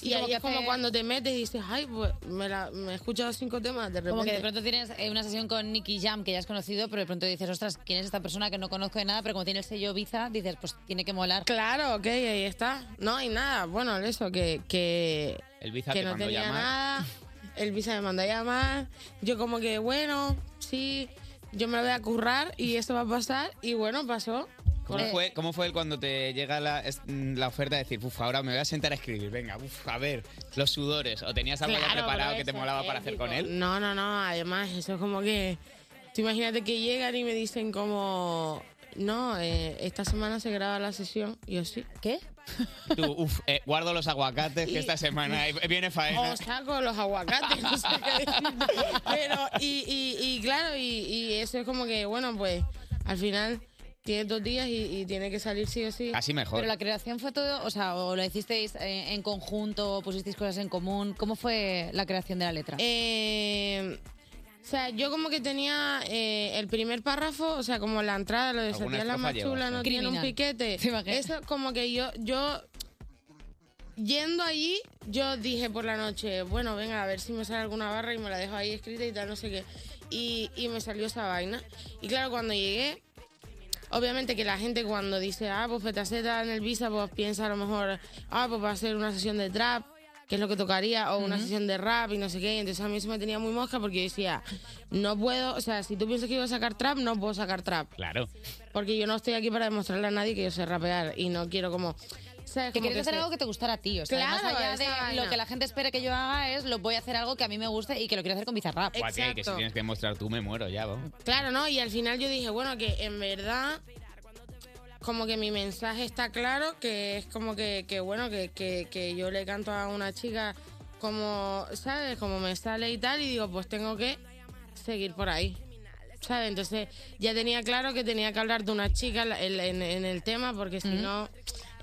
Sí, y como ahí que es como hace- cuando te metes y dices, ay, pues me, la- me he escuchado cinco temas, de repente. Como que de pronto tienes eh, una sesión con Nicky Jam que ya has conocido, pero de pronto dices, ostras, ¿quién es esta persona que no conozco de nada? Pero como tiene el sello Biza, dices, pues tiene que molar. Claro, ok, ahí está. No, y nada, bueno, eso, que, que, El Biza que te no mandó tenía llamar. nada. El visa me mandó a llamar. Yo como que, bueno, sí, yo me lo voy a currar y esto va a pasar. Y bueno, pasó. ¿Cómo, Eh, fue, ¿Cómo fue cuando te llega la, es- mm, la oferta de decir, uff, ahora me voy a sentar a escribir? Venga, uff, a ver, los sudores. ¿O tenías algo ya Claro, preparado pero que te eso molaba es para hacer con épico. él? No, no, no. Además, eso es como que. Tú imagínate que llegan y me dicen como. No, eh, esta semana se graba la sesión. Y yo sí. ¿Qué? Tú, uff, eh, guardo los aguacates que esta semana ahí viene faena. O saco los aguacates, no sé qué decirte. Pero, y, y- y claro, y, y eso es como que, bueno, pues al final tienes dos días y, y tiene que salir sí o sí. Así mejor. Pero la creación fue todo, o sea, o lo hicisteis eh, en conjunto, o pusisteis cosas en común. ¿Cómo fue la creación de la letra? Eh, o sea, yo como que tenía eh, el primer párrafo, o sea, como la entrada, lo de Alguna Satián la estrofa machula, llevas, no ¿eh? tiene un Criminal. piquete. Eso como que yo, yo yendo allí, yo dije por la noche, bueno, venga, a ver si me sale alguna barra y me la dejo ahí escrita y tal, no sé qué. Y, y me salió esa vaina. Y claro, cuando llegué, obviamente que la gente cuando dice, ah, pues Petaceta en el Visa, pues piensa a lo mejor, ah, pues va a ser una sesión de trap, que es lo que tocaría, o una Ujú. sesión de rap y no sé qué. Y entonces a mí eso me tenía muy mosca porque yo decía, no puedo, o sea, si tú piensas que iba a sacar trap, no puedo sacar trap. Claro. Porque yo no estoy aquí para demostrarle a nadie que yo sé rapear y no quiero como... ¿sabes? Que Como quieres hacer se- algo que te gustara a ti, o sea, Claro, más allá esa de vaina. lo que la gente espere que yo haga es lo voy a hacer algo que a mí me guste y que lo quiero hacer con Bizarrap. Guau, tía, que si tienes que mostrar tú me muero ya, vamos. Claro, ¿no? Y al final yo dije, bueno, que en verdad, como que mi mensaje está claro, que es como que, que bueno, que, que- que yo le canto a una chica como, ¿sabes? Como me sale y tal, y digo, pues tengo que seguir por ahí. ¿Sabes? Entonces ya tenía claro que tenía que hablar de una chica la- en, en- en el tema, porque si Ujú. no,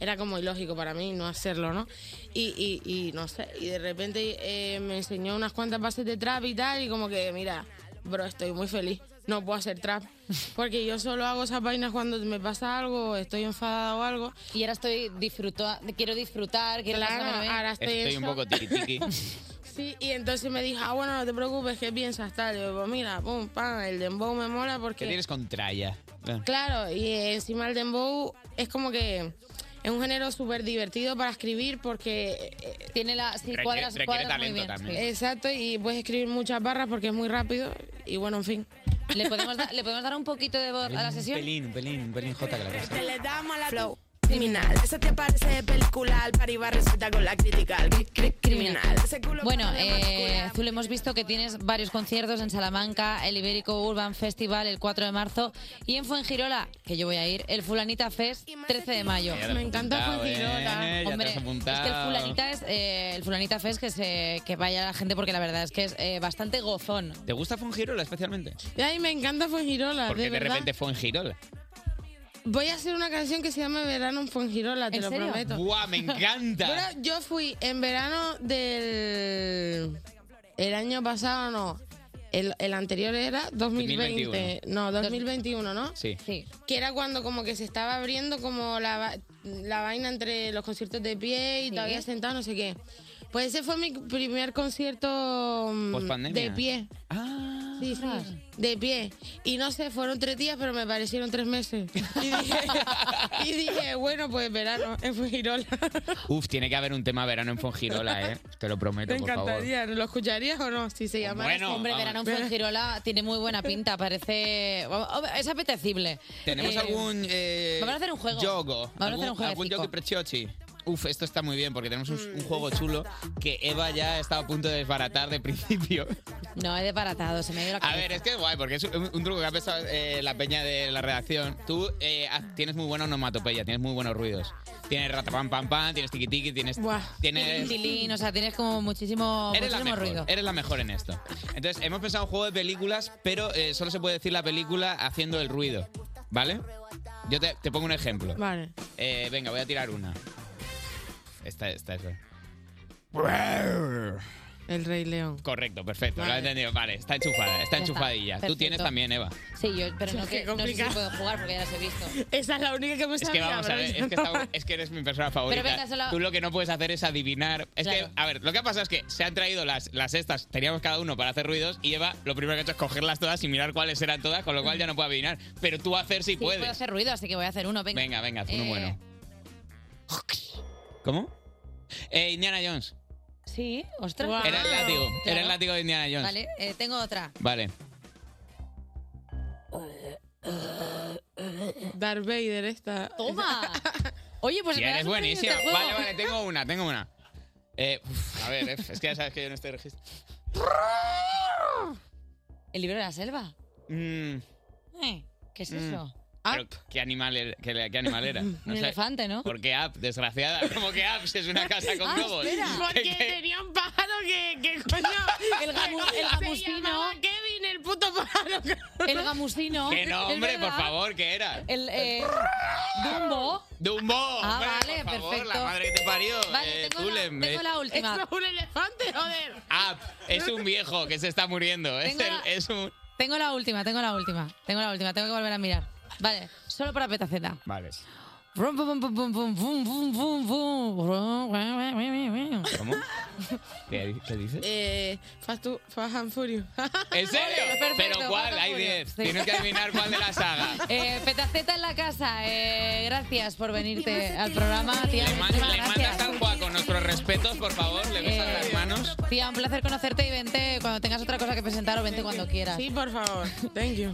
era como ilógico para mí no hacerlo, ¿no? Y, y- y no sé, y de repente eh, me enseñó unas cuantas bases de trap y tal, y como que, mira, bro, estoy muy feliz. No puedo hacer trap. Porque yo solo hago esas vainas cuando me pasa algo, estoy enfadada o algo. Y ahora estoy disfruta, quiero disfrutar, quiero Claro, pasármelo bien. ahora estoy, Estoy en un shock. poco tiquitiqui. Sí, y entonces me dijo, ah, bueno, no te preocupes, ¿qué piensas? Tal, yo, pues mira, pum, pam, el dembow me mola ¿Qué porque... tienes contra ella? Claro, y eh, encima el dembow es como que es un género súper divertido para escribir porque... eh, Tiene la... Sí, Requiere- cuadras- requiere cuadras muy talento bien, también. sí. Exacto, y puedes escribir muchas barras porque es muy rápido y bueno, en fin. ¿Le podemos, dar- ¿Le podemos dar un poquito de voz a la Un sesión? pelín, un pelín, un pelín J que la cosa. Te le damos la flow. Criminal, eso te parece de película, al par iba resulta con la crítica. Cri- cri- Criminal, ese culo Bueno, parece eh, Zul, hemos visto que tienes varios conciertos en Salamanca, el Ibérico Urban Festival el 4 de marzo y en Fuengirola, que yo voy a ir, el Fulanita Fest 13 de mayo. Ya te has Me encanta apuntado, Fuengirola. ¿eh? Ya te Hombre, has es apuntado. que el Fulanita, es, eh, el Fulanita Fest que, se, que vaya la gente porque la verdad es que es eh, bastante gozón. ¿Te gusta Fongirola especialmente? Y ahí me encanta Ah, Fuengirola, Porque de de, verdad. repente Fongirola. Voy a hacer una canción que se llama Verano en Fuengirola, te ¿En lo serio? prometo. ¡Buah, me encanta! Bueno, yo fui en verano del... El año pasado, no. El, el anterior era 2020. 2021. No, 2021, ¿no? Sí. que era cuando como que se estaba abriendo como la, va- la vaina entre los conciertos de pie y todavía sentado, no sé qué. Pues ese fue mi primer concierto mm, Postpandemia. Ah. de pie. Sí, sí, de pie. Y no sé, fueron tres días, pero me parecieron tres meses. Y dije, y dije, bueno, pues verano, en Fujirola. Uf, tiene que haber un tema verano en Fongirola, ¿eh? Te lo prometo, Me por favor. encantaría. ¿Lo escucharías o no? Si se llamara Bueno, así. Hombre, verano en Fuengirola tiene muy buena pinta, parece... oh, Es apetecible. ¿Tenemos Eh, algún. Eh, Vamos a hacer un juego. Yogo. Vamos a hacer un juego. Algún yogi preciochi. Uf, esto está muy bien porque tenemos un, un Mm. juego chulo que Eva ya estaba a punto de desbaratar de principio. No, he desbaratado, se me ha ido la A cabeza. ver, es que es guay porque es un, un truco que ha pensado eh, la peña de la redacción. Tú eh, ha- tienes muy buena onomatopeya, tienes muy buenos ruidos. Tienes ratapam pam pam, tienes tiki tiki, tienes. tienes Tilín, o sea, tienes como muchísimo, Eres la, muchísimo mejor, ruido. eres la mejor en esto. Entonces, hemos pensado un juego de películas, pero eh, solo se puede decir la película haciendo el ruido. ¿Vale? Yo te, te pongo un ejemplo. Vale. Eh, venga, voy a tirar una. Esta, esta, esta. Eh, El Rey León. Correcto, perfecto. Lo Vale. he entendido. Vale, está enchufada, Ya está, está enchufadilla. Tú tienes perfecto. también, Eva. Sí, yo, pero no, Qué que, no sé si complicado. puedo jugar porque ya las he visto. Esa es la única que me Es que sabía, vamos a pero ver, yo es que, no. esta- es que eres mi persona favorita. venga, solo- Tú lo que no puedes hacer es adivinar. Es Claro. que, a ver, lo que ha pasado es que se han traído las, las estas, teníamos cada uno para hacer ruidos, y Eva lo primero que ha hecho es cogerlas todas y mirar cuáles eran todas, con lo cual ya no puede adivinar. Pero tú hacer sí, Sí, puedes. puedo hacer ruido, así que voy a hacer uno. Venga, Venga, venga, haz uno Eh, bueno. ¿Cómo? Eh, Indiana Jones. Sí, ostras. Era el látigo. Era el látigo de Indiana Jones. Vale, eh, tengo otra. Vale. Darth Vader esta. ¡Toma! Oye, pues Tía, me eres has sorprendido buenísima. este juego. Vale, vale, tengo una, tengo una. Eh, uf, a ver, eh, es que ya sabes que yo no estoy registro. El libro de la selva. Mm, Eh, ¿Qué es Mm. eso? pero ¿qué animal, era- qué, qué animal era? No Un sé. elefante, ¿no? Porque App, desgraciada. Como que App si es una casa con Ah, globos. espera. ¿Qué- Porque qué? tenía un pájaro que, que coño. El gamu- el Se llamaba Kevin, el puto pájaro. El gamusino. Que no, Es hombre, por verdad. favor, ¿qué era? El. Eh, Dumbo. Dumbo. Ah, hombre, vale, por favor, perfecto. La madre que te parió. Vale, Eh, tengo, la, Zulem, tengo eh. la última. Es un elefante, joder. App, es un viejo que se está muriendo. Es, Tengo el- la- es un. Tengo la última, tengo la última. Tengo la última, tengo que volver a mirar. Vale, solo para petaceta. Vale. Brum, bum, bum, bum, bum, bum, bum, bum, bum. Brum, brum, brum, brum, brum. ¿Cómo? ¿Qué, qué dices? Eh, Fast, tu- Fast and Furious. ¿En serio? Perfecto, ¿Pero cuál? Fast and Hay Furious. 10. Sí. Tienes que adivinar cuál de la saga. Eh, Petaceta en la casa, eh, gracias por venirte al programa. Tía, Le, man- muchísimas le gracias. mandas al Juan con nuestros respetos, por favor. Le besas Eh, las manos. Tía, un placer conocerte y vente cuando tengas otra cosa que presentar o vente cuando quieras. Sí, por favor. Thank you.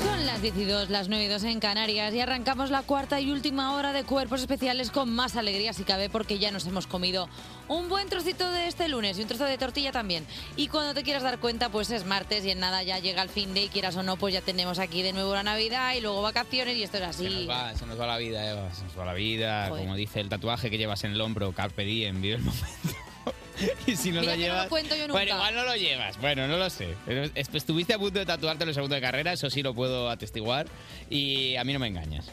Son las 12, las 9 y 2 en Canarias y arrancamos la cuarta y última hora de Cuerpos Especiales con más alegría si cabe porque ya nos hemos comido un buen trocito de este lunes y un trozo de tortilla también. Y cuando te quieras dar cuenta pues es martes y en nada ya llega el fin de y quieras o no pues ya tenemos aquí de nuevo la Navidad y luego vacaciones y esto es Se así. nos, va, se nos va la vida, Eva. Se nos va la vida. Joder. Como dice el tatuaje que llevas en el hombro, Carpe Diem, vive el momento. y si no Mira lo que no lo llevas. cuento yo Bueno, nunca. igual no lo llevas. Bueno, no lo sé. Pero es- Estuviste a punto de tatuarte en el segundo de carrera, eso sí lo puedo atestiguar. Y a mí no me engañas.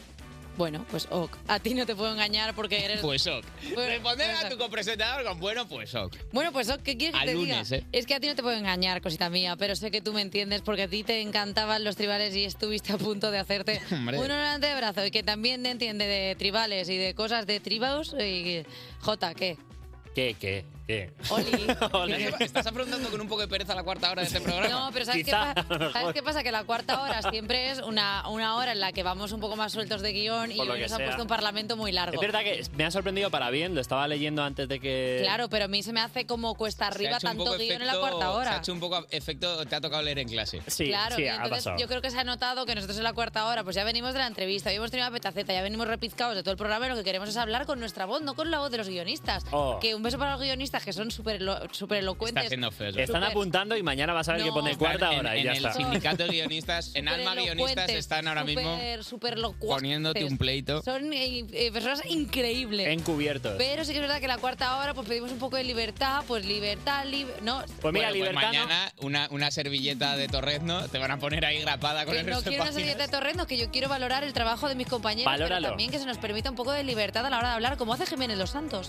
Bueno, pues ok. A ti no te puedo engañar porque eres... Pues ok. Bueno, Responder a pues, tu copresentador con bueno, pues ok. Bueno, pues ok, ¿qué quieres que Al te lunes, diga? ¿eh? Es que a ti no te puedo engañar, cosita mía, pero sé que tú me entiendes porque a ti te encantaban los tribales y estuviste a punto de hacerte Hombre. uno en el antebrazo y que también te entiende de tribales y de cosas de tribaos y Jota, ¿qué? ¿Qué, qué, qué? Estás afrontando con un poco de pereza la cuarta hora de este programa. No, pero ¿sabes, qué, Quizá, pa- a lo mejor. ¿sabes qué pasa? Que la cuarta hora siempre es una, una hora en la que vamos un poco más sueltos de guión y Por lo hoy que nos han sea. puesto un parlamento muy largo. Es verdad que me ha sorprendido para bien, lo estaba leyendo antes de que... Claro, pero a mí se me hace como eh, Se ha cuesta arriba hecho un tanto poco guión en la efecto- cuarta hora. Se ha hecho un poco efecto, te ha tocado leer en clase. claro, y entonces yo creo que se ha notado que nosotros en la cuarta hora, pues ya venimos de la entrevista, ya hemos tenido la petaceta, ya venimos repizcados de todo el programa y lo que queremos es hablar con nuestra voz, no con la voz de los guionistas. Oh. Que un beso para los guionistas que son súper elo- súper elocuentes. Están súper- apuntando y mañana vas a ver No. que pone Están cuarta en- hora y en ya el está. sindicato de guionistas, en súper Alma guionistas elocuentes, están ahora mismo súper- súper locuaces. poniéndote un pleito. Son eh, eh, personas increíbles. Encubiertos. Pero sí que es verdad que la cuarta hora pues pedimos un poco de libertad, pues libertad, libre... No, Pues Bueno, pues mañana una, una servilleta de torrezno te van a poner ahí grapada con Que el no resto de quiero una serie páginas. de torrendos, que yo quiero valorar el trabajo de mis compañeros, Valóralo. pero también que se nos permita un poco de libertad a la hora de hablar, como hace Jiménez Los Santos.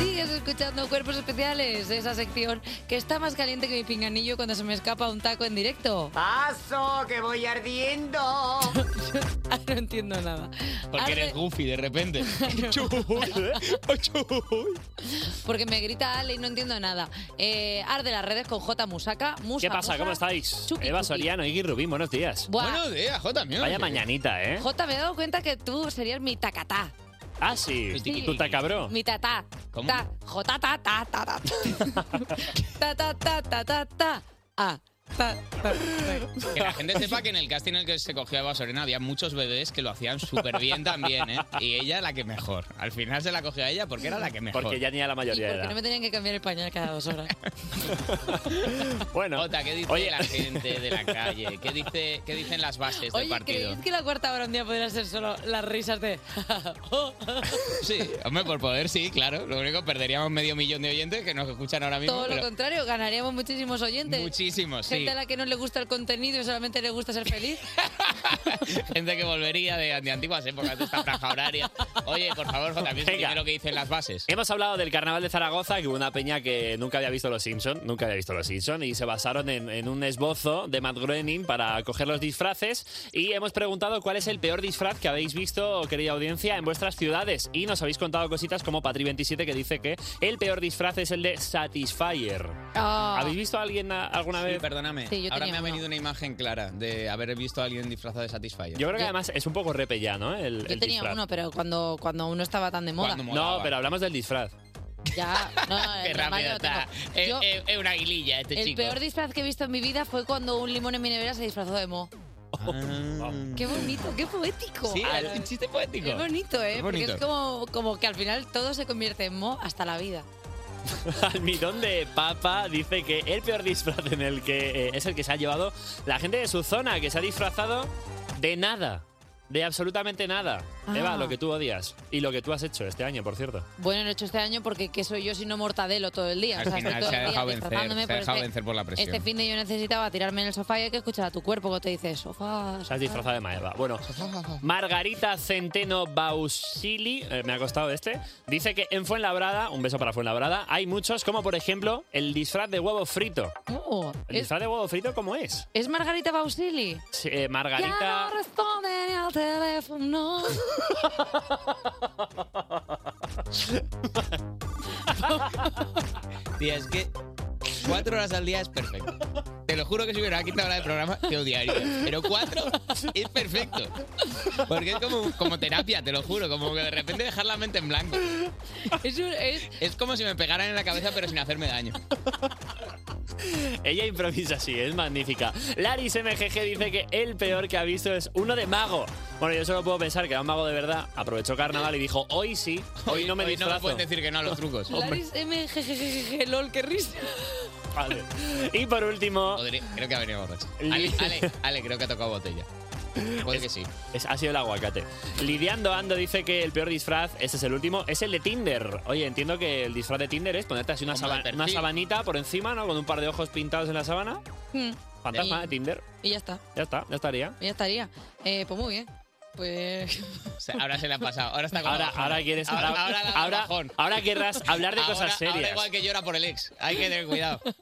Sigues escuchando Cuerpos Especiales, esa sección que está más caliente que mi pinganillo cuando se me escapa un taco en directo. ¡Paso, que voy ardiendo! no entiendo nada. Porque Arde- eres goofy de repente. Porque me grita Ale y no entiendo nada. Eh, arde las redes con J Musaca. Musa, ¿Qué pasa? Musa. ¿Cómo estáis? Chuqui, Eva chuqui. Soriano, Iggy Rubín, buenos días. Buah. Buenos días, Jota. Vaya oye. mañanita, ¿eh? Jota, me he dado cuenta que tú serías mi tacatá. Ah, sí. Sí. Tú te cabrón. Mi tatá. ¿Cómo? Ta, jota, ta, ta, ta, ta. Ta, ta, ta, ta, ta, ta. Ah, ta, ta, ta. Que la gente sepa que en el casting en el que se cogió a Eva Soriano había muchos bebés que lo hacían súper bien también, ¿eh? Y ella la que mejor. Al final se la cogió a ella porque era la que mejor. Porque ya tenía la mayoría de Que no me tenían que cambiar el pañal cada dos horas. Bueno. Jota, ¿qué dice la gente de la calle? ¿Qué, dice, qué dicen las bases del Oye, partido? ¿creéis que la cuarta hora un día podría ser solo las risas de... Oh. Sí, hombre, por poder sí, claro. Lo único, perderíamos medio millón de oyentes que nos escuchan ahora mismo. Todo lo pero contrario, ganaríamos muchísimos oyentes. Muchísimos, sí. Gente a la que no le gusta el contenido y solamente le gusta ser feliz. Gente que volvería de, de antiguas épocas, de esta franja horaria. Oye, por favor, Jota, también Venga. lo que dicen las bases. Hemos hablado del carnaval de Zaragoza, que hubo una peña que nunca había visto Los Simpson, nunca había visto Los Simpson, y se basaron en, en un esbozo de Matt Groening para coger los disfraces. Y hemos preguntado cuál es el peor disfraz que habéis visto, querida audiencia, en vuestras ciudades. Y nos habéis contado cositas como Patri27, que dice que el peor disfraz es el de Satisfyer. Ah. ¿Habéis visto a alguien a- alguna Sí, vez? perdóname. Sí, yo Ahora tenía me ha uno. venido una imagen clara de haber visto a alguien disfrazado de Satisfyer. Yo creo que además es un poco repe ya, ¿no? El, Yo el tenía disfraz. uno, pero cuando, cuando aún no estaba tan de moda. No, pero hablamos del disfraz. Ya, no, no, Qué el normal rápido ya lo tengo. está. Es Yo- una aguililla este el chico. peor disfraz que he visto en mi vida fue cuando un limón en mi nevera se disfrazó de mo. Qué bonito, qué poético. Ah. Sí, es un chiste poético. Es bonito, ¿eh? Es Porque es bonito. como, como que al final todo se convierte en mo hasta la vida. Almidón de Papa dice que el peor disfraz en el que eh, es el que se ha llevado la gente de su zona, que se ha disfrazado de nada, de absolutamente nada. Ah. Eva, lo que tú odias. Y lo que tú has hecho este año, por cierto. Bueno, lo he hecho este año porque ¿qué soy yo si no mortadelo todo el día? Al O sea, estoy final todo se ha el día dejado vencer, destrozándome, se ha pero dejado es que vencer por la presión. Este fin de yo necesitaba tirarme en el sofá y hay que escuchar a tu cuerpo que te dice sofá. Se has disfrazado de Maeva. Bueno, Margarita Centeno Bausili, eh, me ha costado este, dice que en Fuenlabrada, un beso para Fuenlabrada, hay muchos, como por ejemplo el disfraz de huevo frito. Oh, ¿El ¿es, disfraz de huevo frito cómo es? es Margarita Bausili? Sí, eh, Ya Margarita... no responde ni al teléfono. Tía, es que cuatro horas al día es perfecto. Te lo juro que si hubiera la quinta hora del programa, te odiaría. Pero cuatro es perfecto. Porque es como, como terapia, te lo juro. Como que de repente dejar la mente en blanco. Es, como si me pegaran en la cabeza, pero sin hacerme daño. Ella improvisa así, es magnífica. Laris MGG dice que el peor que ha visto es uno de mago. Bueno, yo solo puedo pensar que era un mago de verdad. Aprovechó carnaval y dijo, hoy sí, hoy no me Hoy no me disfrazo. puedes decir que no a los trucos. Hombre. Laris M, jejejeje, lol, qué risa. Vale. Y por último... creo que ha venido borracho. Ale, Ale, Ale, creo que ha tocado botella. Puede que sí. Es- ha sido el aguacate. Lidiando Ando dice que el peor disfraz, este es el último, es el de Tinder. Oye, entiendo que el disfraz de Tinder es ponerte así una, Como de saba- perfil. una sabanita por encima, ¿no? Con un par de ojos pintados en la sabana. Mm, Fantasma de Y- Tinder. Y ya está, Ya está, ya estaría. ya estaría. Eh, pues muy bien. Pues. O sea, ahora se le ha pasado. Ahora está como Ahora- bajón. ahora quieres- Ahora, ahora- ahora, la da ahora- bajón. ahora querrás hablar de cosas Ahora- Ahora serias. igual que llora por el ex. Hay que tener cuidado.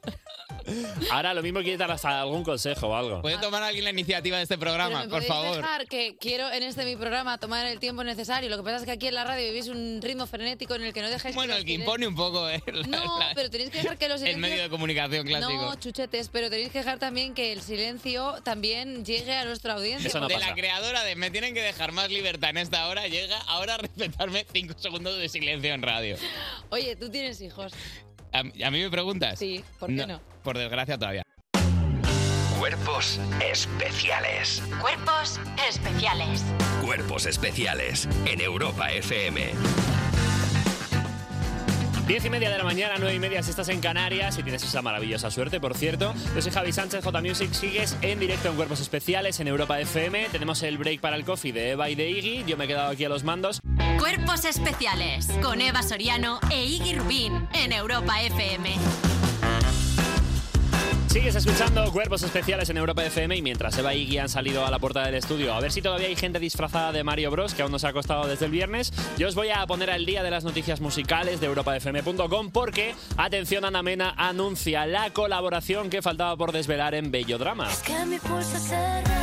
Ahora lo mismo quiere dar hasta algún consejo o algo. ¿Puede tomar alguien la iniciativa de este Pero programa, me por podéis favor? dejar que quiero en este mi programa tomar el tiempo necesario. Lo que pasa es que aquí en la radio vivís un ritmo frenético en el que no dejáis. Bueno, que el los que impone un poco, ¿eh? La- No, la- pero tenéis que dejar que los el medio de comunicación clásico. No, chuchetes, pero tenéis que dejar también que el silencio también llegue a nuestra audiencia. de la creadora de Me tienen que dejar más libertad en esta hora, llega ahora a respetarme cinco segundos de silencio en radio. Oye, tú tienes hijos. ¿A, a mí me preguntas? Sí, ¿por qué no? Por desgracia todavía. Cuerpos especiales. Cuerpos especiales. Cuerpos especiales en Europa FM. 10 y media de la mañana, 9 y media si estás en Canarias y tienes esa maravillosa suerte, por cierto. Yo soy Javi Sánchez, J Music, sigues en directo en Cuerpos Especiales en Europa FM. Tenemos el break para el coffee de Eva y de Iggy. Yo me he quedado aquí a los mandos. Cuerpos especiales con Eva Soriano e Iggy Rubín en Europa FM. Sigues escuchando Cuerpos Especiales en Europa FM y mientras Eva y Iggy han salido a la puerta del estudio a ver si todavía hay gente disfrazada de Mario Bros que aún no se ha acostado desde el viernes, yo os voy a poner al día de las noticias musicales de europafm.com porque, atención, Ana Mena anuncia la colaboración que faltaba por desvelar en Bellodrama. Que mi pulso es errático.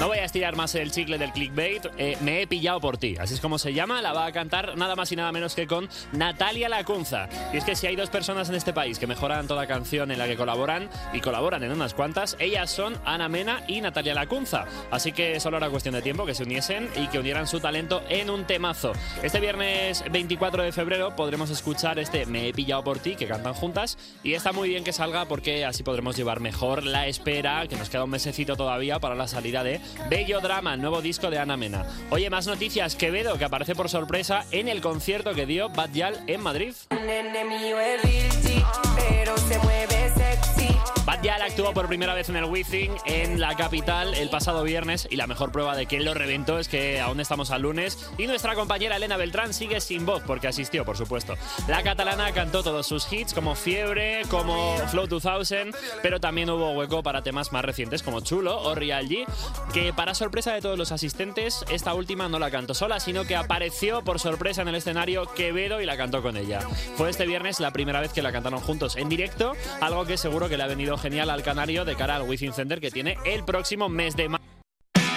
No voy a estirar más el chicle del clickbait, eh, me he pillado por ti, así es como se llama, la va a cantar nada más y nada menos que con Natalia Lacunza. Y es que si hay dos personas en este país que mejoran toda canción en la que colaboran, y colaboran en unas cuantas, ellas son Ana Mena y Natalia Lacunza. Así que solo era cuestión de tiempo que se uniesen y que unieran su talento en un temazo. Este viernes 24 de febrero podremos escuchar este Me he pillado por ti, que cantan juntas, y está muy bien que salga porque así podremos llevar mejor la espera, que nos queda un mesecito todavía para la salida de Bello Drama, el nuevo disco de Ana Mena. Oye, más noticias, Quevedo, que aparece por sorpresa en el concierto que dio Bad Gyal en Madrid. Nene mío es guilty, pero se mueve sexy. Bad Gyal actuó por primera vez en el Within en la capital el pasado viernes y la mejor prueba de que lo reventó es que aún estamos al lunes y nuestra compañera Elena Beltrán sigue sin voz porque asistió, por supuesto. La catalana cantó todos sus hits como Fiebre, como Flow 2000, pero también hubo hueco para temas más recientes como Chulo o Real G, que para sorpresa de todos los asistentes, esta última no la cantó sola, sino que apareció por sorpresa en el escenario Quevedo y la cantó con ella. Fue este viernes la primera vez que la cantaron juntos en directo, algo que seguro que le ha venido genial al canario de cara al Within Center que tiene el próximo mes de mayo.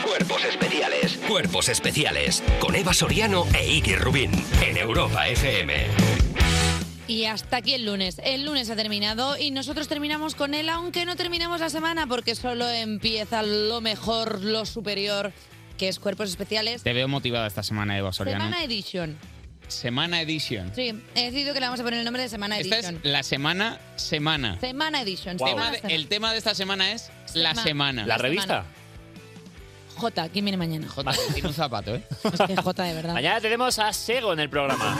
Cuerpos especiales. Cuerpos especiales con Eva Soriano e Iggy Rubín en Europa FM. Y hasta aquí el lunes. El lunes ha terminado y nosotros terminamos con él, aunque no terminamos la semana porque solo empieza lo mejor, lo superior, que es Cuerpos Especiales. Te veo motivada esta semana, Eva Soriano. Semana Edition. Semana Edition. Sí, he decidido que le vamos a poner el nombre de Semana Este Esta Edition. es la semana semana. Semana Edition. Tema Semana, de- semana. el tema de esta semana es la Sema- semana. ¿La La revista? J, ¿quién viene mañana? Jota, que tiene un zapato, ¿eh? Es que J, de verdad. Mañana tenemos a Sego en el programa.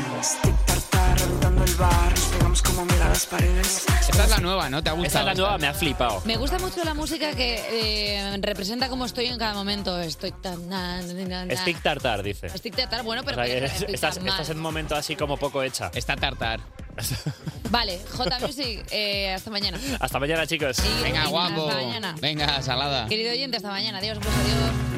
Rondando el bares, pegamos como mira las paredes. Esta es la nueva, ¿no? ¿Te ha gustado? Esta es la nueva, me ha flipado. Me gusta mucho la música que eh, representa cómo estoy en cada momento. Estoy tan... na, na, na, na. Stick tartar, dice. Stick tartar, bueno, pero... O sea, que podría ser es- stick estás, tartar. estás en un momento así como poco hecha. Está tartar. Vale, J Music, eh, hasta mañana. Hasta mañana, chicos. Venga, guapo. hasta mañana. Venga, salada. Ah. Querido oyente, hasta mañana. Adiós, pues adiós.